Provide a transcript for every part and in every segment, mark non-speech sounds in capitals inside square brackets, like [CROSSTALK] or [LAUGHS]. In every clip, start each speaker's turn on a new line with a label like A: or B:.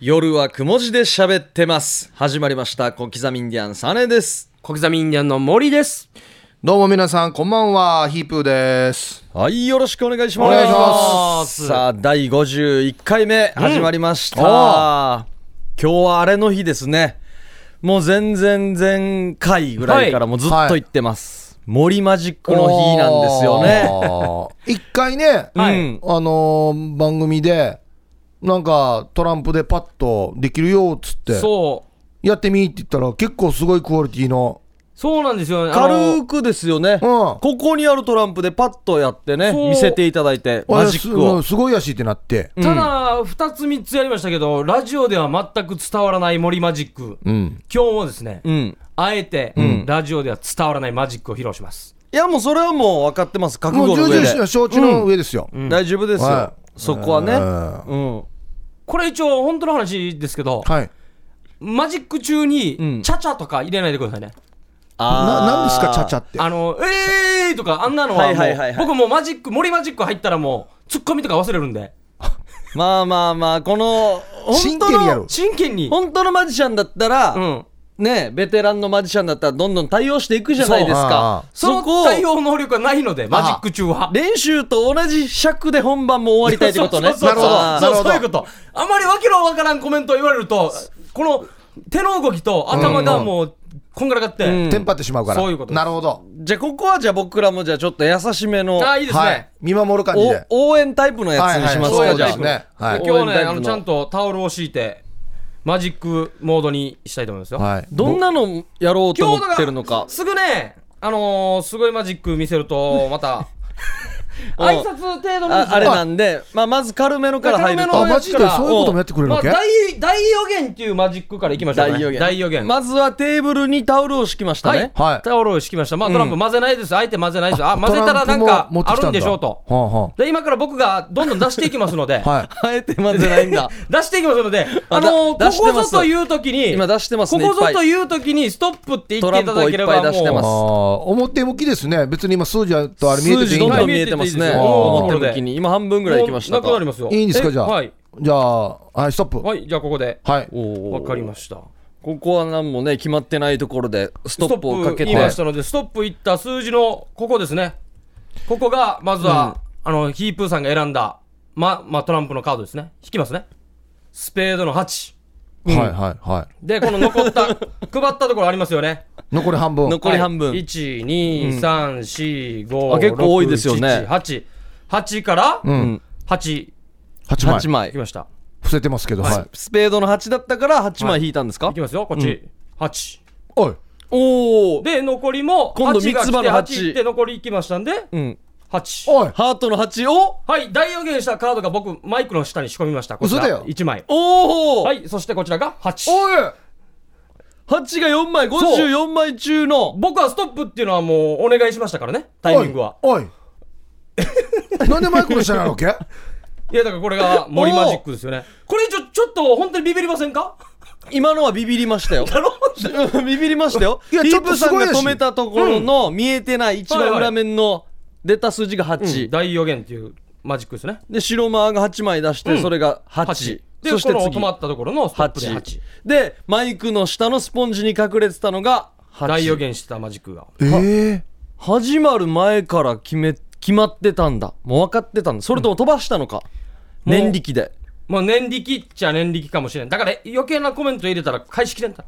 A: 夜はくも字で喋ってます。始まりました。小刻みインディアンサネです。
B: 小刻みインディアンの森です。
C: どうも皆さん、こんばんは、ヒープーです。
A: はい、よろしくお願いします。
C: お願いし
B: ます
A: さあ、第51回目始まりました。
C: おー
A: 今日はあれの日ですね。もう全然前回ぐらいからもうずっと言ってます。森マジックの日なんですよね。
C: ね。一回ね、
B: はい
A: うん
C: あのー番組で、なんかトランプでパッとできるよっつって、
B: そう。
C: やってみーって言ったら、結構すごいクオリティの。
B: そうなんですよね。あの
A: 軽くですよね、ここにあるトランプでパッとやってね
B: そう
A: 見せていただいて
C: あれ
A: マジック
C: すう
A: を
C: んすごいやしいってなって。
B: ただ、二つ三つやりましたけど、ラジオでは全く伝わらない森マジック。
C: うん。
B: 今日もですね、
A: うん
B: あえて、ラジオでは伝わらないマジックを披露します。
A: いやもうそれはもう分かってます覚
C: も
A: 悟の
C: う重
A: 上
C: 々
A: で
C: し承知の上ですよ。
A: 大丈夫ですよ、
C: は
A: そこはね、
C: う
A: うん、
B: これ一応、本当の話ですけど、
C: はい。
B: マジック中
A: うん
B: に、チャチャとか入れないでくださいね。
C: な、なんですか、ちゃちゃ
A: ゃ
C: って。
B: あの、えーとか、あんなのは
A: はい
B: も、
A: はいはいはいう
B: 僕もうマジック、森マジック入ったらもう、ツッコミとか忘れるんで、
A: まあまあまあこの本
C: 真
A: 当
C: 剣にや
A: の
C: ろ
B: 真剣に。
A: 本当のマジシャンだったら、
B: うん。
A: ねベテランのマジシャンだったらどんどん対応していくじゃないです
C: そうあ
A: か
C: あ
B: そ
A: そ
B: の
A: こを
B: 対応能力はないので、マジック中は。
A: 練習と同じ尺で本番も終わりたいってことね
B: そうそうそう
A: ああ
B: そう
C: [LAUGHS] なるほど
B: そういうこと。あまりわけのわからんコメントを言われると、この手の動きと頭がもう、こんがらがって、
A: うん
C: テンパってしまうから。
B: そういうことです
C: なるほど。
A: じゃあここはじゃあ僕らもじゃあちょっと優しめの
B: ああ、いいですね。
C: はい。見守る感じで。
A: お応援タイプのやつにします
C: は
A: か
C: い
A: じゃ
C: はいそうで
A: あ
C: すね。はい。
B: 今日
A: 応
B: は
A: 援タイ
B: ね、
A: プの
B: あの、ちゃんとタオルを敷いて、マジックモードにしたいと思いますよ。
C: はい。
A: どんなのやろうと
B: 今
A: 思ってる
B: 日
A: の
B: だ
A: か
B: か、すぐね、あのー、すごいマジック見せると、ま
C: [LAUGHS]
B: た、
A: うん
B: 挨拶程度の
A: ああれなんで、まあ、まず軽めのから入る
B: 軽め
A: と
C: あ、
B: の
C: マジでそういうこともやってくれる
B: ま
C: わ
B: あ、
C: け
B: 大大予言っていうマジックからいきましょうかね、
A: 大予言
B: 大予言、
A: まずはテーブルにタオルを敷きましたね、
C: はい。
B: タオルを敷きました、まあ、トランプ混ぜないです、あえて混ぜないです、あ混ぜたらなん
C: トラン
B: か
C: プも持って
B: あ
C: きた
B: るんでしょうと、
C: だはあは
B: で今から僕がどんどん出していき [LAUGHS] ます
A: [LAUGHS]
B: ので、
C: あはい。
A: あえて混ぜないん
B: [LAUGHS]
A: だ
B: 出していきますので、
A: あ
B: あのー
A: だ出して
B: ここ
A: ます
B: ぞという時に、
A: 今出してます
B: こ
A: ねい
B: こ
A: っぱ
B: ぞ
A: い
B: という時に、ストップって言っていただけれ
A: トラン
B: ば、
A: プをいっぱい出してます
B: もう、
C: あー表向きですね別に今数字とあれ見え
A: 数
C: ててい
A: 字
C: い
A: ど
C: ん
A: ん
C: だ
A: どん見えてますね
B: はい
A: 思ってる時に今半分ぐらいいきました
B: もうなくなり
A: か
B: ますよ。
C: いいんですか
B: え
C: じゃあ
B: はい、
C: じゃあはいストップ
B: はい、じゃあここで、
C: はい
A: お
B: わかり
A: ま
B: ました。
A: ここは何もね決まってないところでストップをかけて
B: 言いましたので、ストップいった数字のここですね。ここが、まずは、あの、ヒープーさんが選んだ、ま、まあ、トランプのカードですね。引きますね。スペードの8。
C: はいはいは
B: で、この残
A: [LAUGHS]
B: った、配ったところありますよね。
C: い残り半分
A: 残り半分、
B: 1、2、3、4、
A: あ
B: 5、
A: 結構多いですよね
B: 6 7 8。8から、
C: うん
B: 8、
C: 8枚
A: 8枚
B: いきました。
C: 伏せてますけどはい
A: スペードの8だったから8枚引いたんですか、
B: いきますよ、こっち。8。
C: おい
A: おお、
B: で、残りも、
A: 今度
B: 8が来
A: 三つ
B: て
A: 葉の八
B: 8って残りいきましたんで、
A: うん、
B: 8。
C: おい
A: ハートの8を
B: はい、大予言したカードが僕、マイクの下に仕込みました。こちら
C: 嘘だよ
B: 1枚。
A: おお、
B: はい、そしてこちらが8。
C: おい
A: 8が4枚54枚中の
B: 僕はストップっていうのはもうお願いしましたからね、タイミングは。
C: おい [LAUGHS] おいなんでマイクの下な
B: [LAUGHS]
C: のっけ
B: いや、だからこれが森マジックですよね。これちょ、ちょっと本当にビビりませんか
A: 今のはビビりましたよ
B: あの、
A: うん [LAUGHS] ビビりましたよ。
C: いや
A: ヒ
C: ちょ
A: ー
C: っ
A: プ
C: と
A: さ
C: す
A: ん
C: ごい
A: が
C: らし
A: 止
C: い
A: めたところの見えてない一番裏面の出た数字が8。
B: 大予言っていうマジックですね。
A: で、白マーが8枚出して、それが8
B: 8。。で、
A: そ
B: こ
A: して
B: の
A: 次
B: 止まったところのストップで
A: 8
B: 8。。
A: で、マイクの下のスポンジに隠れてたのが
B: 大予
A: 8。
B: 言したマジックが。
C: ええ
A: 始まる前から決め、決まってたんだ。もう分かってたんだ。それとも飛ばしたのか。
B: うん
A: 念力で。
B: まあ年力っちゃ年力かもしれん。だから余計なコメント入れたら返しきれんた。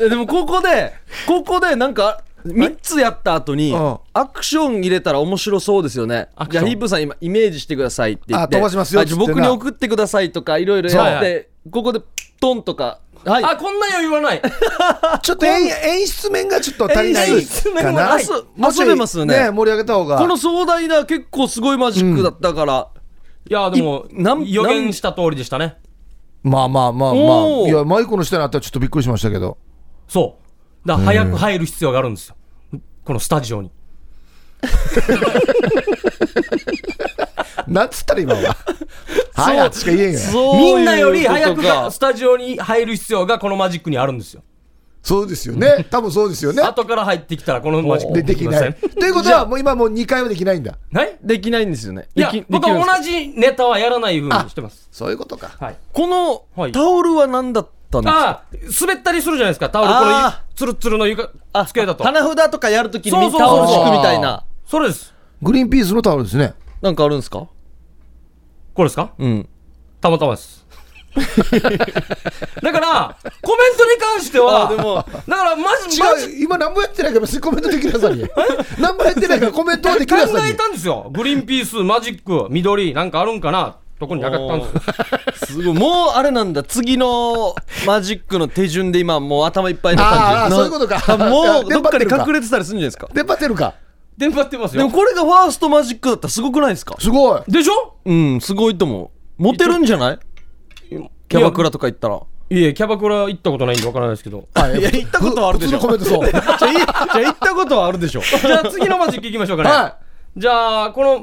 A: えでもここで、ここでなんか、3つやった後に
C: うん、
A: アクション入れたら面白そうですよね
B: ア。ク
A: じ
B: シ
A: ゃあ、
B: ョン
A: ヒープさん今、イメージしてくださいって言って。
C: あ飛ばしますよ
A: あじゃあ
C: つって
A: 僕
C: な
A: に送ってくださいとか、いろいろやっ
B: そう
A: て、ここで、トンとか、はい。
B: あ、こんなん余裕は
A: [LAUGHS]
B: ない。
C: ちょっと演演出面がちょっと足りない
A: 演出面が
C: かな
A: ない
C: もうちょい
A: 遊べますよね
C: 盛り上げた方が
A: この壮大な、結構すごいマジックだったから、
B: いや、でも、
A: いなん
B: 予言した通りでしたね。
C: まあまあまあま
A: お
C: あ
A: ー
C: いやマイクの下にあったらちょっとびっくりしましたけど
B: そう。だから早く入る必要があるんですよ。このスタジオに。
C: なんつったら今ははいあっちか言えんよ
A: そういうこと
B: みんなより早く
A: か
B: スタジオに入る必要がこのマジックにあるんですよ。
C: そうですよね。多分そうですよね。
B: 後から入ってきたらこのマジック
C: ででき
B: ま
C: な
B: せん
C: い。ということは、もう今もう2回はできないんだ。
B: はい
A: できないんですよね
B: いや
A: できで
B: 僕
A: きるんです
B: は同じネタはやらないふうにしてます
C: そういうことか。
B: はい
A: こ
B: は
A: の
B: い
A: タオルは何だったんですか
B: ああ滑ったりするじゃないですかタオルこの
A: あ
B: つるつるの床
A: あ
B: つけだと
A: 花札とかやるとき
B: そう
A: に
B: そうそう
A: タオル敷くみたいな
B: それです
C: グリーンピースのタオルですね。
A: なんかあるんですか
B: これですか
A: うん
B: たまたまです
A: [LAUGHS]
B: だからコメントに関しては
A: あでも
B: だからマジマジ
C: 違う、今何もやってないから別にコメントできなさいよ。何もやってないからコメントはでき
B: 考
C: なさ
B: え
C: いよ。
B: たんですよグリーンピースマジック緑なんかあるんかなとこに上がったんです
A: す
B: よ
A: ごいもうあれなんだ次のマジックの手順で今もう頭いっぱいな
C: あ
A: 感
C: ー
A: じ
C: そういうことか
A: 多分もう
C: いや
A: どっかで
C: 出張ってるか
A: 隠れてたりするんじゃないですか
C: 出っ張ってるか。
B: 電波ってます
A: でも
B: よ
A: これがファーストマジックだったらすごくないですか
C: すごい。
B: でしょ
A: うんすごいと思うモテるんじゃないキャバクラとか行ったら
B: いえキャバクラ行ったことないんでわからないですけど
C: はい
A: いや行ったことはあるでしょ
C: 普通のコ
A: [LAUGHS]
C: メントそう。
A: じゃあいじゃあ行ったことはあるでしょ
B: じゃあ次のマジックいきましょうかね。
C: は
B: じゃあ、この、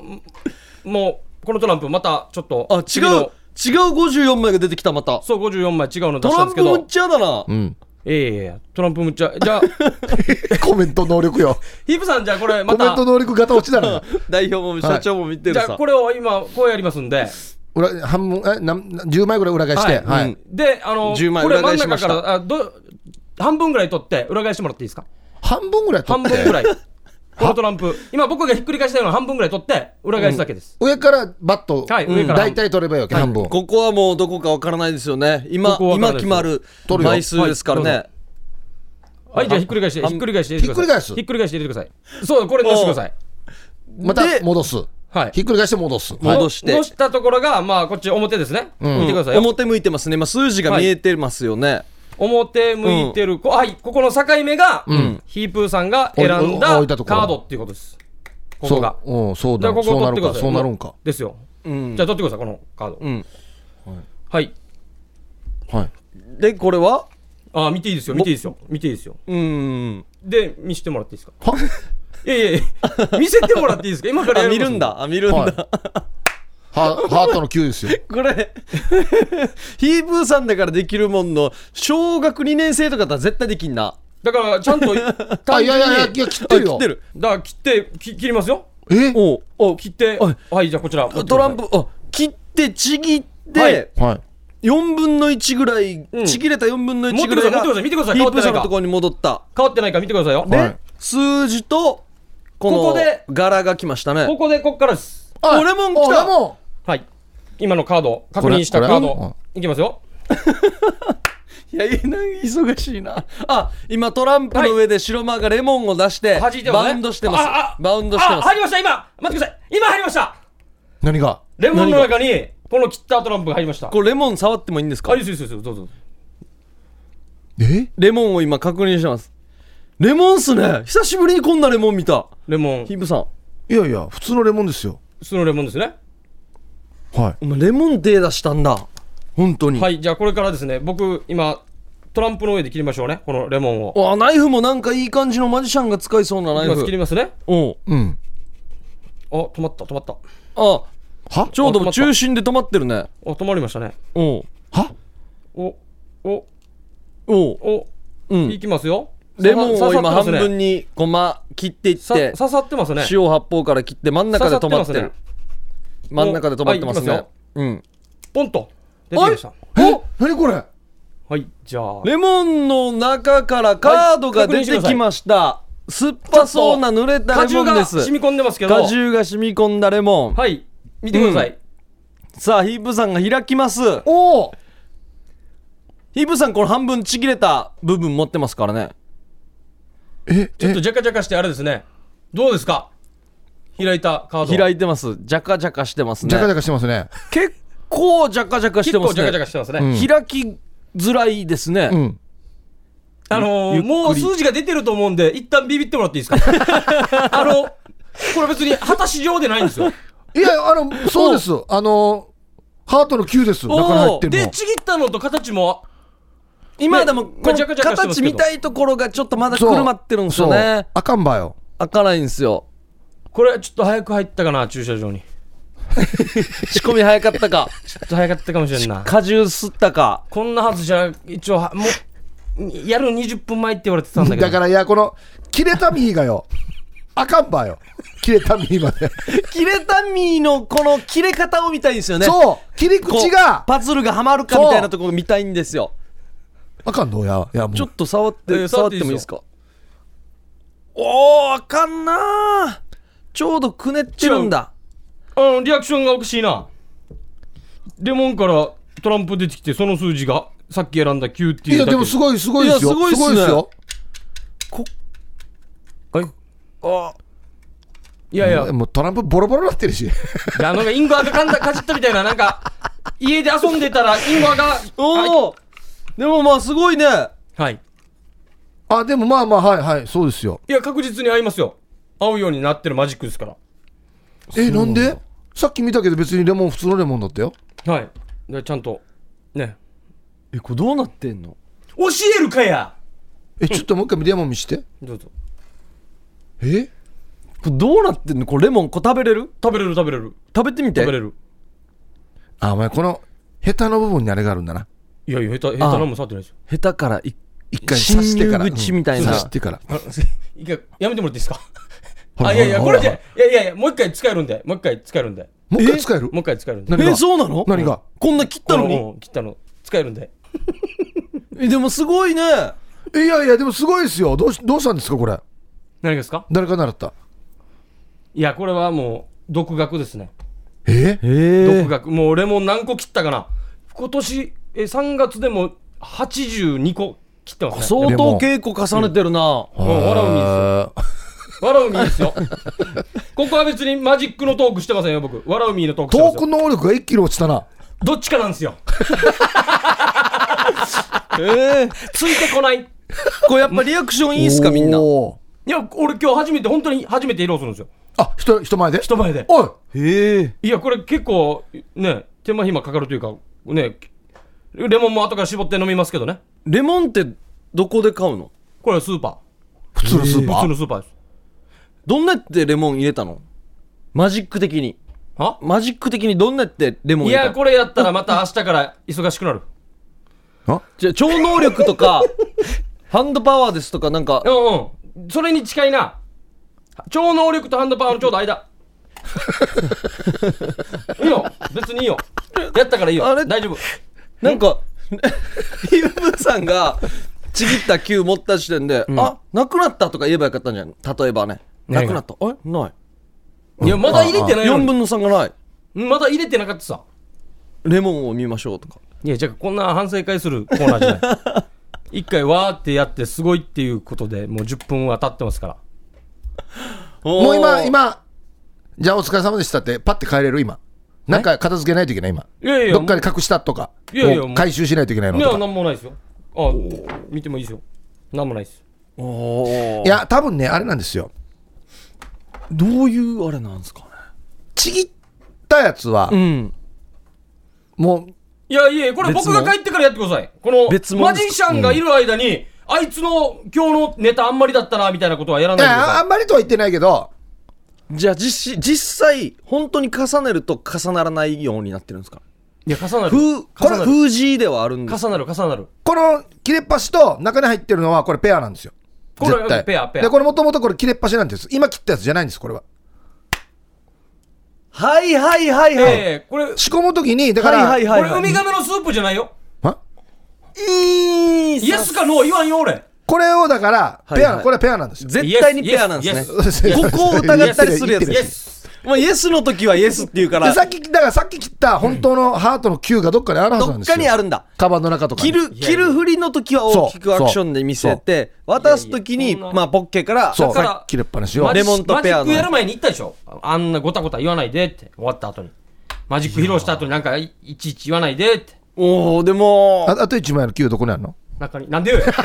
B: もう、このトランプまたちょっと。
A: あ違
B: 次
A: う
B: の
A: 違う54枚が出てきたまた
B: そう、54枚違うの
A: ト
B: 出し
A: ラ
B: たんで
A: ン
B: すけ
A: プむ
B: ど
A: っ。ちゃだな
C: うん。
B: ええいえいえ、トランプむっちゃ。
A: [LAUGHS]
B: じゃあ、
C: コメント能力よ。
B: ヒープさん、じゃあこれ
C: コ
B: ま
C: メン
B: た
C: ト、能力型落ちだな。
A: 代表も社長も見てる
B: じゃ
A: さ、
B: あこれを今、こうやりますんで。
C: 裏、半分、え、なん、10枚ぐらい裏返して。
A: は
C: はいい。
B: で、あの、
A: 10枚
B: これ
A: 裏
B: 真
A: 返
B: ん
A: し
B: 中
A: まし
B: か
A: た
B: ら、あど半分ぐらい取って、裏返してもらっていいですか
C: 半分ぐらい取
B: 半
C: って。
B: 分
A: [LAUGHS]
B: ぐらい。このトランプ。今僕がひっくり返したような半分ぐらい取って、裏返すだけです。
C: 上からバット、
B: はい上から
C: 大体取ればいいわけ、半分。
A: ここはもうどこかわからないですよね今
B: ここわ
A: 今
B: からないです
A: 決まる
C: 取るよ
A: 枚数ですからね、
B: はいはい、じゃあひっくり返して、
A: 半
B: ひっくり返して入れてください。
C: ひ
B: ひ
C: っ
B: っくり返して入れてください。そう、これ出してください。
C: また
A: で
C: 戻す。
B: はい。
C: ひっくり返して戻す。はい
A: 戻して、
B: 戻したところが、まあ、こっち表ですね。見てくださいよ。
A: 表向いてますね今数字が見えてますよね、
B: 表向いてる、こはい、ここの境目が、ヒープーさんが選ん
C: おいお
B: だ
C: 置いたところ
B: カードっていうことです。こ
C: そ
B: こ
C: う
B: が。
C: うん、そう
B: じゃ
C: だ。
B: あ、ここ
C: そう
B: 取
C: な
B: って
C: る
B: くだ
C: か。
B: さい。
C: そうなるんか。
B: ですよ。じ
A: うん
B: ゃあ、取ってください、このカード
A: う。ん
B: はい。
C: はい。
A: でこれは
B: あ、見ていいですよ、見ていいですよ、見ていいですよ。
A: うん
B: で、見せてもらっていいですか。いやいやいや、見せてもらっていいです
C: [LAUGHS]
B: か。今から
A: あ
B: やり
A: 見
B: ます
A: るん。だあ見るんだ、
C: はい。はハートの9ですよ。
A: [LAUGHS] これヒープーさんだからできるもんの小学2年生とかだったら絶対できんな
B: だから、ちゃん
C: [LAUGHS]
B: と、
C: あ、
B: 単
C: いや
B: 純
C: い
B: に
C: やいや、いや切ってる
A: あ
C: よ。
A: 来てる
B: だから、切って、き切りますよ。
C: え
A: おうおう
B: 切って
A: はい、
B: はい、じゃあ、こちら。
A: トランプあ切ってちぎって、
B: はい
C: はい。
A: 4分の1ぐらい、
B: うん
A: ちぎれた4分の1ぐらいが
B: 持ってください
A: ヒ
B: 持
A: ー
B: って
A: プー
B: ください
A: さんのところに戻った
B: 変わってないか見てくださいよ。
C: は
B: で、
C: い
A: 数字とこ
B: ここ
A: の
B: で
A: 柄が来ましたね
B: ここで、ここからです。
A: あレモン来た
C: おレモン
B: はい。今のカード、確
C: れ
B: 認したカー
C: これ
B: ド、いきますよ。
A: いやいや忙しいなあ今トランプの上で白間がレモンを出して、
B: 弾いてます
A: バ
B: ね
A: ウンドしてま
B: ああ
A: すバウンドして
B: あ、
A: ます
B: 入りました、今待ってください今入りました
C: 何が
B: レモンの中に、この切ったトランプが入りました。
A: これレモン触ってもいいんですか
B: あ、いいです、いいです、いいですどうぞ。
C: え
A: レモンを今確認してますレモンっすね久しぶりにこんなレモン見た
B: レモン
A: ヒ、ープーさん
C: いやいや、普通のレモンですよ。
B: 普通のレモンですね。
C: は
A: お前レモン手出したんだ本当に、
B: はい、じゃあこれからですね、僕、今、トランプの上で切りましょうね、このレモンを。
A: あナイフもなんかいい感じのマジシャンが使いそうなナイ
B: 今、切
A: フ
B: りますね。
A: おう
C: い。うん。
B: あ、止まった、止まった。
A: あ
C: は
A: ちょう
B: あ止ま
A: ど
B: った
A: 中心で止まってるね
B: あ、止まりましたね。
A: おう
C: は
B: お、
A: お
B: お、
A: う
B: お、
A: うん
B: いきますよ。
A: レモンを今
B: 刺さ
A: 半
B: 刺さってますね
A: 分にごま切っていっ
B: さ
A: て
B: 刺さってますね。
A: 塩八方から切って真ん中で止まって
B: 刺さって
A: る
B: ま
A: 真ん中で止まってます
B: はい
A: ね
B: 行き
A: うん
B: ポンと出てきました。
C: え何これ
B: はい、じゃあ、
A: レモンの中からカードが出てきました酸っぱそうな濡れた
B: 果
A: レ
B: 汁
A: モンで
B: が
A: す
B: 染み込んでますけど、
A: 果汁が染み込んだレモン、
B: はい、見てください。
A: さあヒープさんが開きます
C: おお
A: ヒープさんこの半分ちぎれた部分持ってますからね
C: え、
B: ちょっ
C: え
B: と、ジャカジャカしてあれですね。どうですか開いたカードは。
A: 開いてますジャカジャカしてますね
C: ジャカジャカしてますね。
A: 結構ジャカジャカして
B: 結
A: ま
B: 構
A: す
B: ジャ
A: ね
B: カジャカしてますね。
C: ん
A: 開きづらいですね、
C: うん。
B: あのー
A: ゆっくり
B: もう数字が出てると思うんで、一旦ビビってもらっていいですかあの、これ別に果たし状でないんですよ。
C: いや、あの、そうです。あの、ハートの9です。中に入ってる
B: で、
C: の。
B: ちぎったのと形も、
A: 今
B: ね
A: でも
B: まあ
A: この
B: ジャカジャカしてます
A: 形
B: けど
A: 見たいところがちょっとまだく
C: そう
A: るまってるんですよ
C: そう
A: ね
C: あかんばよ。
A: 開かないんですよ
B: これちょっと早く入ったかな、駐車場に。
A: 仕込み早かったか
B: ちょっと早かったかもしれんな。
A: 果汁吸ったか
B: こんなはずじゃ、一応は、もう、やる20分前って言われてたんだけど。
C: だからいやこの切れたミーがよあかんばよ切れたミーまで
A: 切れたミーのこの切れ方を見たいんですよね。う。
C: そう切り口が
A: パズルがはまるかみたいなところ見たいんですよ。
C: あかんのやいやもう
A: ちょっと触って、
B: えー
A: 触
B: 触
A: っ
B: ってて
A: もいい
B: いい
A: で
B: っ
A: す
B: す
A: かおー、あかんなーちょうどくねってるんだ。
B: うん、リアクションがおかしいな。レモンからトランプ出てきて、その数字が、さっき選んだ9って
C: い
B: いうだ
C: や
B: け。
C: でもすごいすごいです
A: い
C: よ
A: やすごいっすね
C: ですよ
B: はい
A: あ
B: いやいや、
C: もうトランプボロボロになってるし
B: いやなんかインゴアがかんだかじったみたいな、なんか、家で遊んでたら、インゴアが、
A: おーでもまあすごいね。
B: はい。
C: あでもまあまあはいはいそうですよ
B: いや、確実に合いますよ。合うようになってるマジックですか
C: えなんでさっき見たけど別にレモン普通のレモンだったよ
B: ら。はい。でちゃんと、ね。
A: え、これどうなってんの
B: 教えるかや
C: えちょっともう一回レモン見して
B: どうぞ。
C: え
A: これどうなってんのこれレモン、これ食べれる
B: 食べれる食べれる。
A: 食べてみて。
B: 食べれる。
C: あお前このヘタの部分にあれがあるんだない
B: やいや、下手、下手なもん触ってないですよ。
A: 下手から一
C: 一回刺してから
A: 侵入口みたいな
C: うん刺してから
B: 一回、やめてもらっていいですか
C: ほら
B: あ、いやいや、
C: ほ
B: こ
C: ら
B: れで、いやいやいや、もう一回使えるんで、もう一回使えるんで、
C: もう一回使える
B: もう一回使えるんで。
C: 何が
A: え、そうなの
C: 何が
A: こんな切ったのに。
B: うん切ったの。使えるんで。
A: え、でもすごいね。
C: いやいやでもすごいですよどうしどうしたんですかこれ
B: 何がですか
C: 誰か習った
B: いや、これはもう、独学ですね。
C: え
A: え
B: 独
A: ー。
B: 学。もうレモン何個切ったかな今年、え、3月でも82個切ってますね。
A: 相当稽古重ねてるな。
B: うん笑うにいいですよ。笑うにいいですよ。 [LAUGHS] ここは別にマジックのトークしてませんよ、僕。笑うみーのトークして
C: ト
B: ます
C: ー
B: よ
C: ク能力が一キロ落ちたな
B: どっちかなんですよ。
A: ええ。
B: ついてこない。い
A: これやっぱリアクションいいっすかみんな。
C: お
B: や、俺今日初めて、本当に初めて色をするんですよ。
C: ーあ人人前で
B: 人前で。
C: おい
A: へえ。
B: いや、これ結構、ね、手間暇かかるというか、ね、レモンも後から絞って飲みますけどね。
A: レモンってどこで買うの
B: これはスーパ
C: 普通のスー
B: ー。
C: パ
B: 普通
C: ー
B: のスーパーです。
A: どんなやってレモン入れたのマジック的に。
B: は
A: マジック的にどんなやってレモン
B: い
A: 入れた
B: や、
A: の
B: これやったらまた明日から忙しくなる。
C: あ
A: じゃあ超能力と
B: [LAUGHS]
A: か、ハンドパワーですとかなんか
B: う、んうん。それに近いな。超能力とハンドパワーのちょうど間。 [LAUGHS] いいよ。別にいいよ。やったからいいよ
A: あれ。
B: 大丈夫。
A: なんか、 [LAUGHS] ゆうぶさんがちぎった球持った時点で、あ、なくなったとか言えばよかったんじゃん。例えばね。な
B: 何
A: く
B: が
A: なった。えない。
B: いや、まだ入れてないの
A: 4
B: に。
A: 分の3がない。
B: まだ入れてなかったさ。
A: レモンを見ましょうとか。
B: いや、じゃあこんな反省会するコーナーじゃ
C: [LAUGHS]
B: ない。一回わーってやってすごいっていうことでもう10分は経ってますから。
A: も
C: もう今。今じゃあお疲れ様でしたってパッて帰れる今なんか片付けないといけない今
B: いやいや、
C: どっかで隠したとか
B: いやいや
C: もう回収しないといけないの
B: い
C: と
B: や、
C: か
B: なんもないですよ。あ、見てもいいですよ。なんもないです。
A: おー
C: いや多分ねあれなんですよ
A: どういうあれなんですかね。
C: ちぎったやつは
A: うん。
C: もう
B: いやいや、これ
A: 別
B: 僕
A: 物
B: が帰ってからやってください。この
A: 別物
B: マ
A: です
B: ジシャンがいる間に、あいつの今日のネタあんまりだったなみたいなことはやら
C: い
B: ないでくだ
C: やあ
B: さ
C: あんまりとは言ってないけど
A: じゃあ実し、実際、本当に重ねると重ならないようになってるんですか
B: い。いや、重なる。
A: 風、これ
B: 重なる。
A: 風字ではあるんです
B: 重なる、重なる。
C: この切れっ端と中に入ってるのはこれペアなんですよ
B: これ
C: 絶対
B: ペアペア
C: でこれもともとこれ切れっ端なんです今切ったやつじゃないんですこれは
A: はいはいはいはい。
B: ええこれ、こ
C: 仕込む時にだから、
A: はいはいはい
B: れウミガメのスープじゃないよ。
C: は
B: イエスかノー言わんよ、俺。
C: これをだから
A: いはい
C: ペア、これはペアなんですよ
A: 絶対にペアなんで
B: Yes,
A: すね。
C: そうです
A: ここを疑ったりするやつ
C: 言ってる言ってる
B: イエス。
A: まあ、イエスの時はイエスって言うか
C: で
A: ら、
C: さ
A: ど
C: っき、だからさっき切った本当のハートの球がどっかにあるはずなん
A: っ
C: ですよ。
A: かにあるんだ。
C: カバンの中とかに。
A: 切る、
B: いや
A: 切る振りの時は大きくアクションで見せて、渡す時
B: い
A: に、
B: やいやそんな
A: まあ、ポッケから、
C: そう、
B: だから
C: さっき切れっぱなしを
B: マ。
A: レ
B: ジ
A: モンとペアの
B: マジックやる前に言ったでしょ。あんなごたごた言わないでって、終わった後に。マジック披露した後になんかいいちいち言わないでって。
A: おおでも
C: あ、あと1枚の球どこにあるの
B: 中に。なんでよ。
A: [LAUGHS]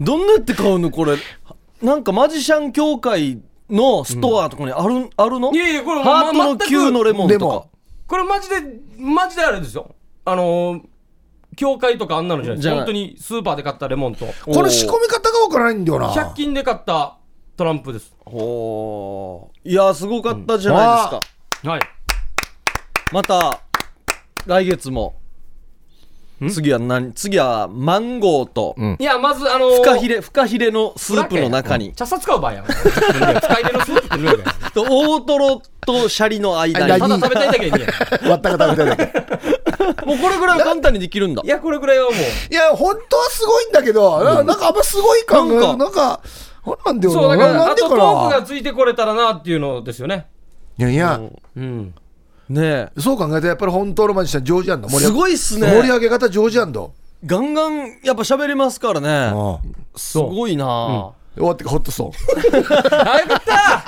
A: どんなやって買うのこれ。なんかマジシャン協会のストアとかにある、あるの
B: いやいやこれ
A: ハー
B: ま
A: トの
B: 全く
A: 球のレモン
C: で
A: とか
C: も。、
B: これマジで、マジであれですよ。あのー、教会とかあんなのじゃないです
A: じゃない
B: 本当にスーパーで買ったレモンと、
A: おー
C: これ仕込み方がわからないんだよな。
B: 100均で買ったトランプです。
A: おーいやー、すごかったじゃないですか。
B: はい。
A: また、来月も、次は何次はマンゴーと、
C: ん
B: いや、まず、あのー、
A: フカヒレ、フカヒレのスープの中に、
B: 茶さ使う場合やん。使い手のスープってルールやん
A: と大トロとシャリの間に
C: 間
B: た
C: に
B: だ食べたいだけにいいやん。
C: わったか食べたいだけ。
A: もうこれぐらいは簡単にできるんだ
B: い。や、これぐらいはもう。
C: いや、本当はすごいんだけど、ななんかあんますごい感が、
A: な
C: なん
A: か
C: んか、なんなんだよな
B: そう、だから、
C: な
B: あ
C: んで
B: と
C: か
B: ト
C: な
B: ークがついてこれたらなっていうのですよね。
C: いやいや、
B: うん。
A: ね
C: そう考えたらやっぱり本当のマジシャン、ジョージアンド。
A: え。すごいっす
C: 盛り
A: ね。
C: 上げ方、ジョージアンド。
A: ガンガン、やっぱ喋りますからね。
C: 終
A: すごいな
C: わってか、ホットソー
B: あ、よかった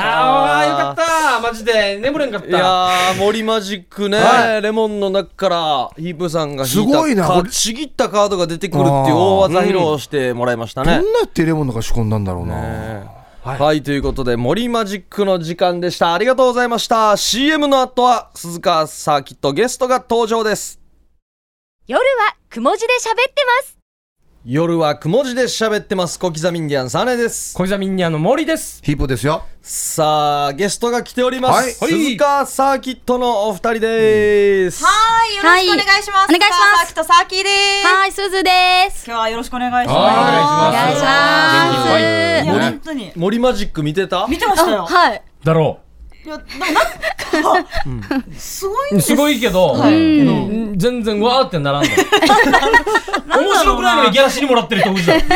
B: ああ、よかったマジで、眠れんかった。
A: いやー、森マジックね、
C: は
A: レモンの中から、ヒープさんが引いた
C: すごいな
A: か
C: これ
A: ちぎったカードが出てくるっていう大技披露してもらいましたね
C: ン。ど。んなやってレモンのか仕込んだんだろうな。
A: ねはい、ということで、森マジックの時間でした。ありがとうございました。CM の後は、鈴川サーキットゲストが登場です。
D: 夜はくも字で喋ってます。
A: 夜はくも字で喋ってます。小刻みインディアンサネです。
B: 小刻みにあの森です。
C: ヒープですよ。
A: さあ、ゲストが来ております。
C: はい
A: 鈴川サーキットのお二人です。
E: はい、よろしくお願いします。
D: はいお願いします
E: サーキットサーキーです。
D: はい、すずです。
E: 今日はよろしくお願いします。
B: はいお願いします
D: お願いし
E: いや、
A: 森
E: 本当に。
A: 森マジック見てた
E: 見てましたよ。
D: はい。
B: だろ
E: いや、でもなんか、 [LAUGHS] すごいん
B: う。
E: です
B: す
E: よ。
B: ごいけど、うん全然わーってならんの面白くないのにギャラシにもらってる人多いじゃん。 [LAUGHS]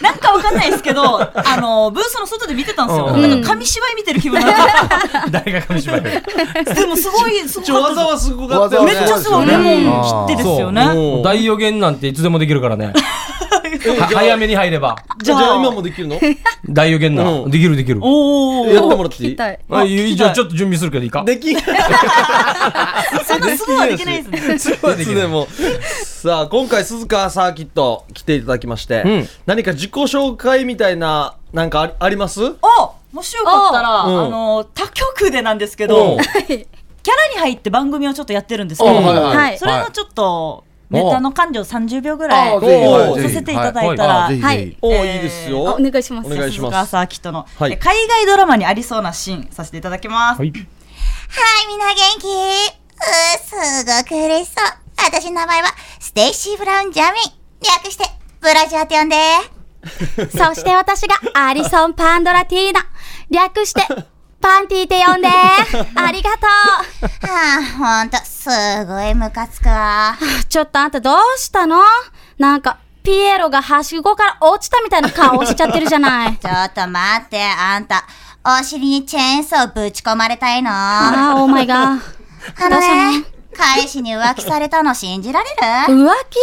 E: なんかわかんないですけど、あの、ブースの外で見てたんですよ。
B: うん
E: なんか紙芝居見てる気分になっ
B: 誰が紙芝 [LAUGHS] 居
E: た。でもすごい、すご
A: ちょ、
E: か
A: わ
E: っ
A: ざ
E: た
A: わすごかったよ
E: め
A: ね。
E: っちゃすご
C: わ
E: い。
C: ざ
E: レ
C: わざ
E: モ
C: ですよね
E: ン切ってですよね。
A: もう
B: 大予言なんていつでもできるから [LAUGHS] ね。
A: えじゃあ
B: 早めに入れば。
A: じ
E: じ
A: ゃ
E: ゃあ
A: あ今もで
E: [LAUGHS]
A: きるのやって
B: 大予言な。
A: うん
B: できるできる。
E: おー。
A: もらっていい
D: はい。
B: あいいじゃあ
E: 聞きたい
B: ちょっと準備するけどいいか。
A: できい
E: そんなすぐはできないですね。
A: つで
E: [LAUGHS]
A: も。さあ、今回鈴川サーキット来ていただきまして、
B: うん
A: 何か自己紹介みたいな、なんかありあります
E: おもしよかったら、あ
A: おう
E: の、他局でなんですけ
B: おう
E: ど、キャラに入って番組をちょっとやってるんですけど、
C: おうはいはい
D: はい
E: それのちょっと、ネタの感情30秒ぐら
C: あ
E: い
C: ーぜひ
A: はい
E: おう
A: ぜ
E: さ
A: ひ
E: せていただいたら、
C: ぜひ
D: は
C: ぜ
D: い
C: ひ。
A: おー、
E: え
A: い
E: ー
A: いですよ。
D: お願いします。
A: お願いします
E: さすがサーキットの、
A: はい
E: え海外ドラマにありそうなシーンさせていただきます。
B: はい
F: はい、みんな元気うー、すごく嬉しそう。私の名前は、ステイシー・ブラウン・ジャミン。略して、ブラジャーって呼んで。
D: そして私がアリソン・パンドラティーナ。略 [LAUGHS] して、パンティって呼んで。ありがと
F: はあ、ほんと、すごいムカつくわ。
D: う。ちょっとあんたどうしたのなんか、ピエロがはしごから落ちたみたいな顔しちゃってるじゃ [LAUGHS] ない。
F: ちょっと待って、あんた。お尻にチェーンソーぶち込まれたいのあ
D: ああ、オーマイガー。
F: の
D: どうした
F: ね、彼氏に浮気されたの信じられる
D: 浮気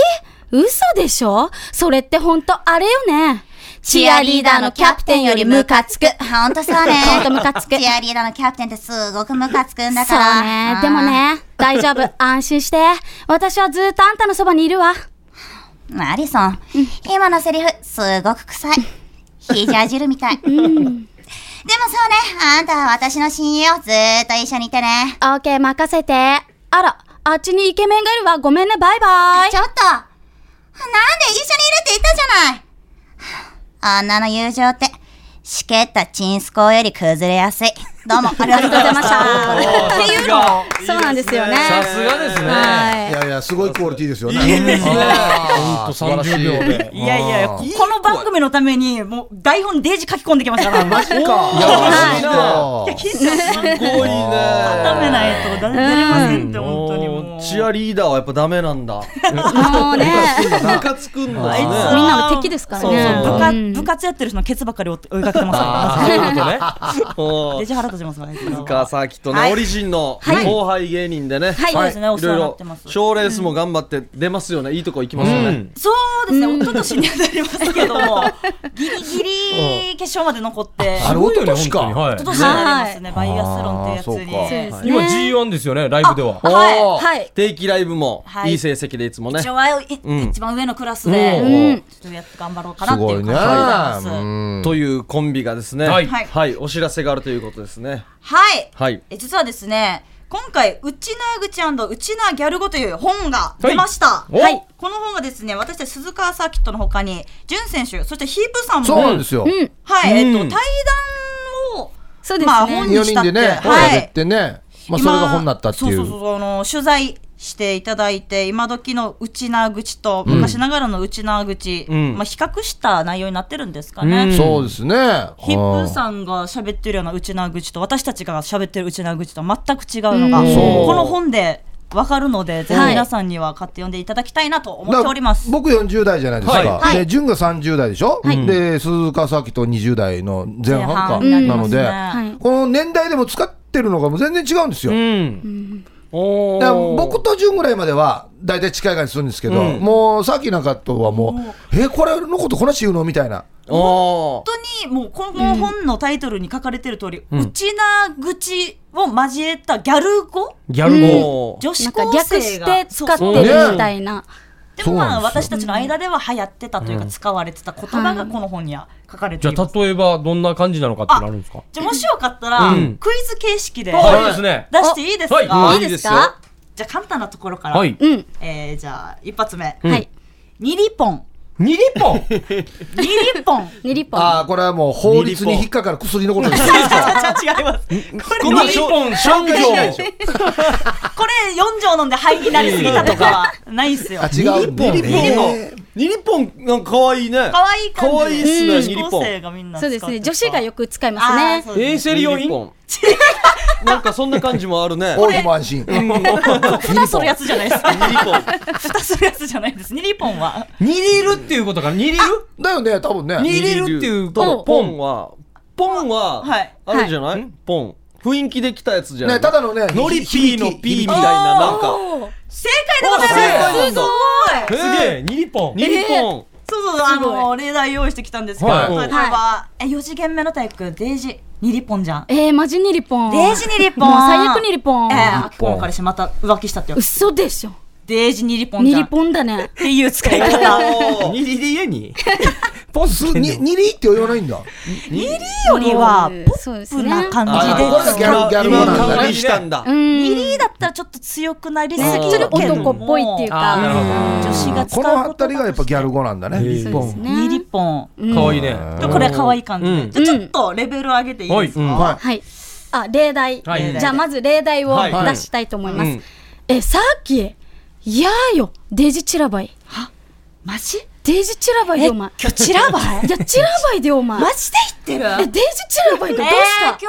D: 嘘でしょそれってほんとあれよね。チアリーダーのキャプテンよりムカつく。
F: ほんとそうね。
D: ほんとムカつく
F: チアリーダーのキャプテンってすごくムカつくんだ
D: そ
F: か
D: う
F: ら。
D: ね。でもね、大丈 [LAUGHS] 夫。安心して。私はずっとあんたのそばにいるわ。
F: アリソン、今のセリフ、すごく
D: [LAUGHS]
F: 臭い。ひじゃ汁みたい。でもそうね、あんたは私の親友、ずーっと一緒にいてね。
D: オーケー、任せて。あら、あっちにイケメンがいるわ。ごめんね、バイバイ
F: ち。ょっとなんで一緒にいるって言ったじゃないはあ女の友情って、しけったチンスコーより崩れやすい。ど
D: [LAUGHS]
F: うも、ありがとうございまし
D: ありがとうございま
F: た。
D: [LAUGHS] っていうのも、そうなんですよね。
B: さすがですね。
C: い
D: は
C: やいや、すごいクオリティですよね。
A: いいですね
C: あー素晴らしい
B: ほんと30秒で
E: いやいやいや、ここの番組のために、もう台本デージ書き込んできましたから。マジか。い
A: はい
E: や、緊張し
A: すごいね。
E: 温めないと、だ出れませんって、本当にも
A: お
E: う。
A: ーチアリーダーはやっぱダメなんだ。
D: い。もうね、
A: ムカつくん
E: あいつ
A: だ
E: は
A: ね。
D: みんなの敵ですから
E: そうそう部
D: ね。うん
E: 活部活やってる人のケツばっかり追って追いかけてますか
B: そういうことね。
E: ら。
A: お
E: [LAUGHS] デ
A: ー
E: ジ腹立ちますわ。あいつらは
A: 鈴川サーキットね、
E: はい
A: オリジンの
D: はい
A: 後輩芸人でね。
D: はい
E: そうですね、お
A: い
E: 世話
A: ろい
E: になっ
A: ろ
E: てます。
A: 賞レースも頑張って出ますよね。いいとこ行きますよね。
E: そうですね、一昨年になりますけど、
D: [LAUGHS]
E: ギリギリ決勝まで残って、
B: そ
C: あれ
E: 一
B: うよね
C: おととしか
B: 本当にはい
E: 昨年になりますね、バイアスロンってやつ
C: あー
D: そうで
E: に。
D: す
B: 今
D: ね。
B: G1 ですよね、ライブでは。
E: は
D: はい。
A: 定期ライブも
E: はい
A: いい成績でいつもね
E: い。一。応はい
A: うん
E: 一番上のクラスで、
D: うん
E: ちょっとやって頑張ろうかな
C: す
E: ってい
C: ごいうね。
E: 感じでございます。
C: うん
A: というコンビがですね。
B: はい
E: はい
A: はい。お知らせがあるということですね。
E: はい。
A: はい。
E: え実はですね、今回、うちなぐちうちなギャル語という本が出ました。
B: いおはい
E: この本がですね、私たち鈴川サーキットの他に、ジュン選手、そしてヒープさんも、
C: そうなんですよ。
E: はい、えっと、
A: うん
E: 対談を、
D: そうですね。
E: まあ本
C: 4人でね、
E: はい
C: やってね、まあ、それが本になったってい
E: 今そううそう。そうあの取材していただいて今時のうちな口と昔ながらのうちな口、
A: うん
E: まあ、比較した内容になってるんですかね。
A: うん
C: そうですね。
E: ヒップ
C: ん。
E: さんが喋ってるようなうちな口と私たちが喋ってるうちな口とは全く違うのが
D: う
C: そ
D: ん
C: う
E: この本で分かるのでぜひ
D: はい
E: 皆さんには買って読んでいただきたいなと思っております。
C: 僕40代じゃないです
B: は
C: か。
D: はい
C: で、潤が30代でしょ、で、鈴鹿さきと20代の前半か。
E: 前半に
C: な
E: なり
C: の
E: ます
C: で、
E: ね
D: はい。
C: この年代でも使ってるのがもう全然違うんですよ。
A: うん。おー
C: だから僕と潤ぐらいまでは大体近い感じするんですけど、
A: うん
C: もうさっきなんかとはもう、え、これのことこなし言うのみたいな。
A: おー
E: 本当にもうこの本のタイトルに書かれてる通り、うちな口を交えたギャル語
B: ギャル語。
A: おー
E: 女
D: な
E: 子
D: んか
E: 高
D: 略
E: 生
D: し
E: が
D: て使って
E: そう
D: るみたいな。
E: で
C: そう
E: もま
C: な
E: あ
C: んですよ
E: 私たちの間では流行ってたというか使われてた言葉がこの本には書かれて
B: じ
E: い
B: ゃ
E: ます。
B: あ、例えばどんな感じなのかってなるんですか
E: じゃあもしよかったら、
A: うん
E: クイズ形式で
B: はい、いいですね。
E: 出していいですか、
B: はいあ
D: いいですか
E: じゃあ簡単なところから、
B: はい。
D: うん。
E: えー、じゃあ一発目、
D: はい。
E: ニリポン
B: 二リポン
E: ニリポン
D: ニリポン。
C: ああ、これはもう法律に引っかかる薬のことです。
E: 違います
A: こんなしょ
B: こんなしょ
A: 商業
B: しょないでしょ
E: これ4錠飲んで肺になりすぎたとかはないっすよ
C: あ、違うんだ
A: ニリポン
C: えー
A: ニリポンなんか可愛いね。
E: 可愛い感じ
A: 可愛いっすね、ニ
E: 女
A: リ
E: 子
A: ポ
E: 高
A: ン。
E: 生がみんな
D: そ
E: 使
D: う
E: って
D: で
E: た
D: すね。女子がよく使います
E: あー
D: ね。
E: そう
B: 衛
E: です
B: 生利用
A: ニリ
B: 品
A: ポン [LAUGHS] なんかそんな感じもある
E: [LAUGHS]
A: ね。
C: 王妃も安心。
E: 蓋するやつじゃないです
A: ニリポン。
E: 蓋するやつじゃないですニリポンは
B: 握れるっていうことか、握れる
C: だよね、多分ね。
B: 握れるっていうことと、
A: ポ
B: ポ
A: ン
B: ン。
A: は、ポンは、
E: はい
A: あるじゃない、ポン。雰囲気できたやつじゃない、
C: ね、ただのね、
A: ノリピーのピーみたいな、なんか。
D: おー
E: 正解でございます
A: あ正解なんだ
E: すごい
B: すげえ、二リポン。
A: ニリポン。
E: そうそうあ
D: すご
E: の例題用意してきたんですけど、
B: はい
E: 例えば、え4次元目のタイプデージニリポンじゃん
D: えー、マジニリポン。
E: デージニリポン
D: もう最悪ニリポン
E: え。えあこの彼氏また浮気したってよ
D: 嘘でしょ。
E: デージニリポン
D: ニ
E: じゃん
D: リ
E: っ
D: ポンだね。
E: ていう使
D: [LAUGHS]
E: い方
A: おー
B: 二リで家にポン
C: すににりって言わないんだ。
E: ニリよりはポ
D: そうで
E: ッ
D: す
E: プ
D: ね
E: な感
C: あ
E: じで
C: これがギャルギャル語
A: 今
C: なんだね
A: 顔にしたんだ。
D: うん。
E: ニリだったらちょっと強くなりす
D: ちょ
E: ぎ
D: っ
E: る
D: と
E: けども
D: 男っぽいっていう
B: あーなるほど
D: か。
E: 女子が使
C: こ
E: う
C: の
E: こ
C: あ
E: と
C: たりがやっぱギャル語なんだね。
B: リポン。
D: ね
E: ニリポン
B: かわいいね。
E: でこれは可愛い感じで、
A: うん
E: じゃあちょっとレベル上げていいですか、
B: はいうん
C: は
D: はい。あ、例題。じ
B: はい
D: ゃあまず例題を
A: はい
D: 出したいと思いま
A: うん
D: す。え、さっき、いやーよ、デージチラバイ。
E: マジ
D: デージチラバイでお前。
E: 今日チラバイ
D: いや、チラバイでお前。
E: マジで言って
D: え、デ
E: る
D: ージチラバイでどうし
E: え
D: た
E: ー、今日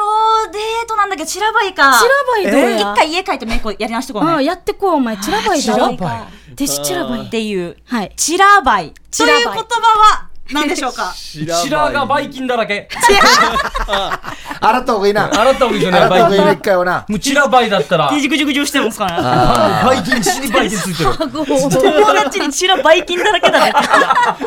E: デートなんだけどチラバイか
D: チラバイどうや
E: 一回家帰ってメイクやり直してこ
D: う
E: な
D: ん、
E: い
D: やってこいお前。チラバイだ
E: チラ
D: ろ。
E: バイか
D: デージチラバ
E: っ
D: イ。
E: ていう
D: はい。
E: チラバイ
D: チ
E: と
D: ラバ
E: い
D: イ
E: う言葉は何でしょう [LAUGHS] か
B: 白がバイ
A: キ
B: キンだらけ。
C: い。洗った方がいいな。
B: 洗った方がいいですよ
C: 洗
B: ね、
C: った方
B: バ
C: が
B: イ
C: いい
B: キ
C: な、
B: ン
C: 一。回はな。
B: もうチラバイだったら
E: デ、ジグジグジしてますから
B: バイキン、死にバイキンついてる。
D: ごめん
E: 友達にチラバイキンだらけだ [LAUGHS] ね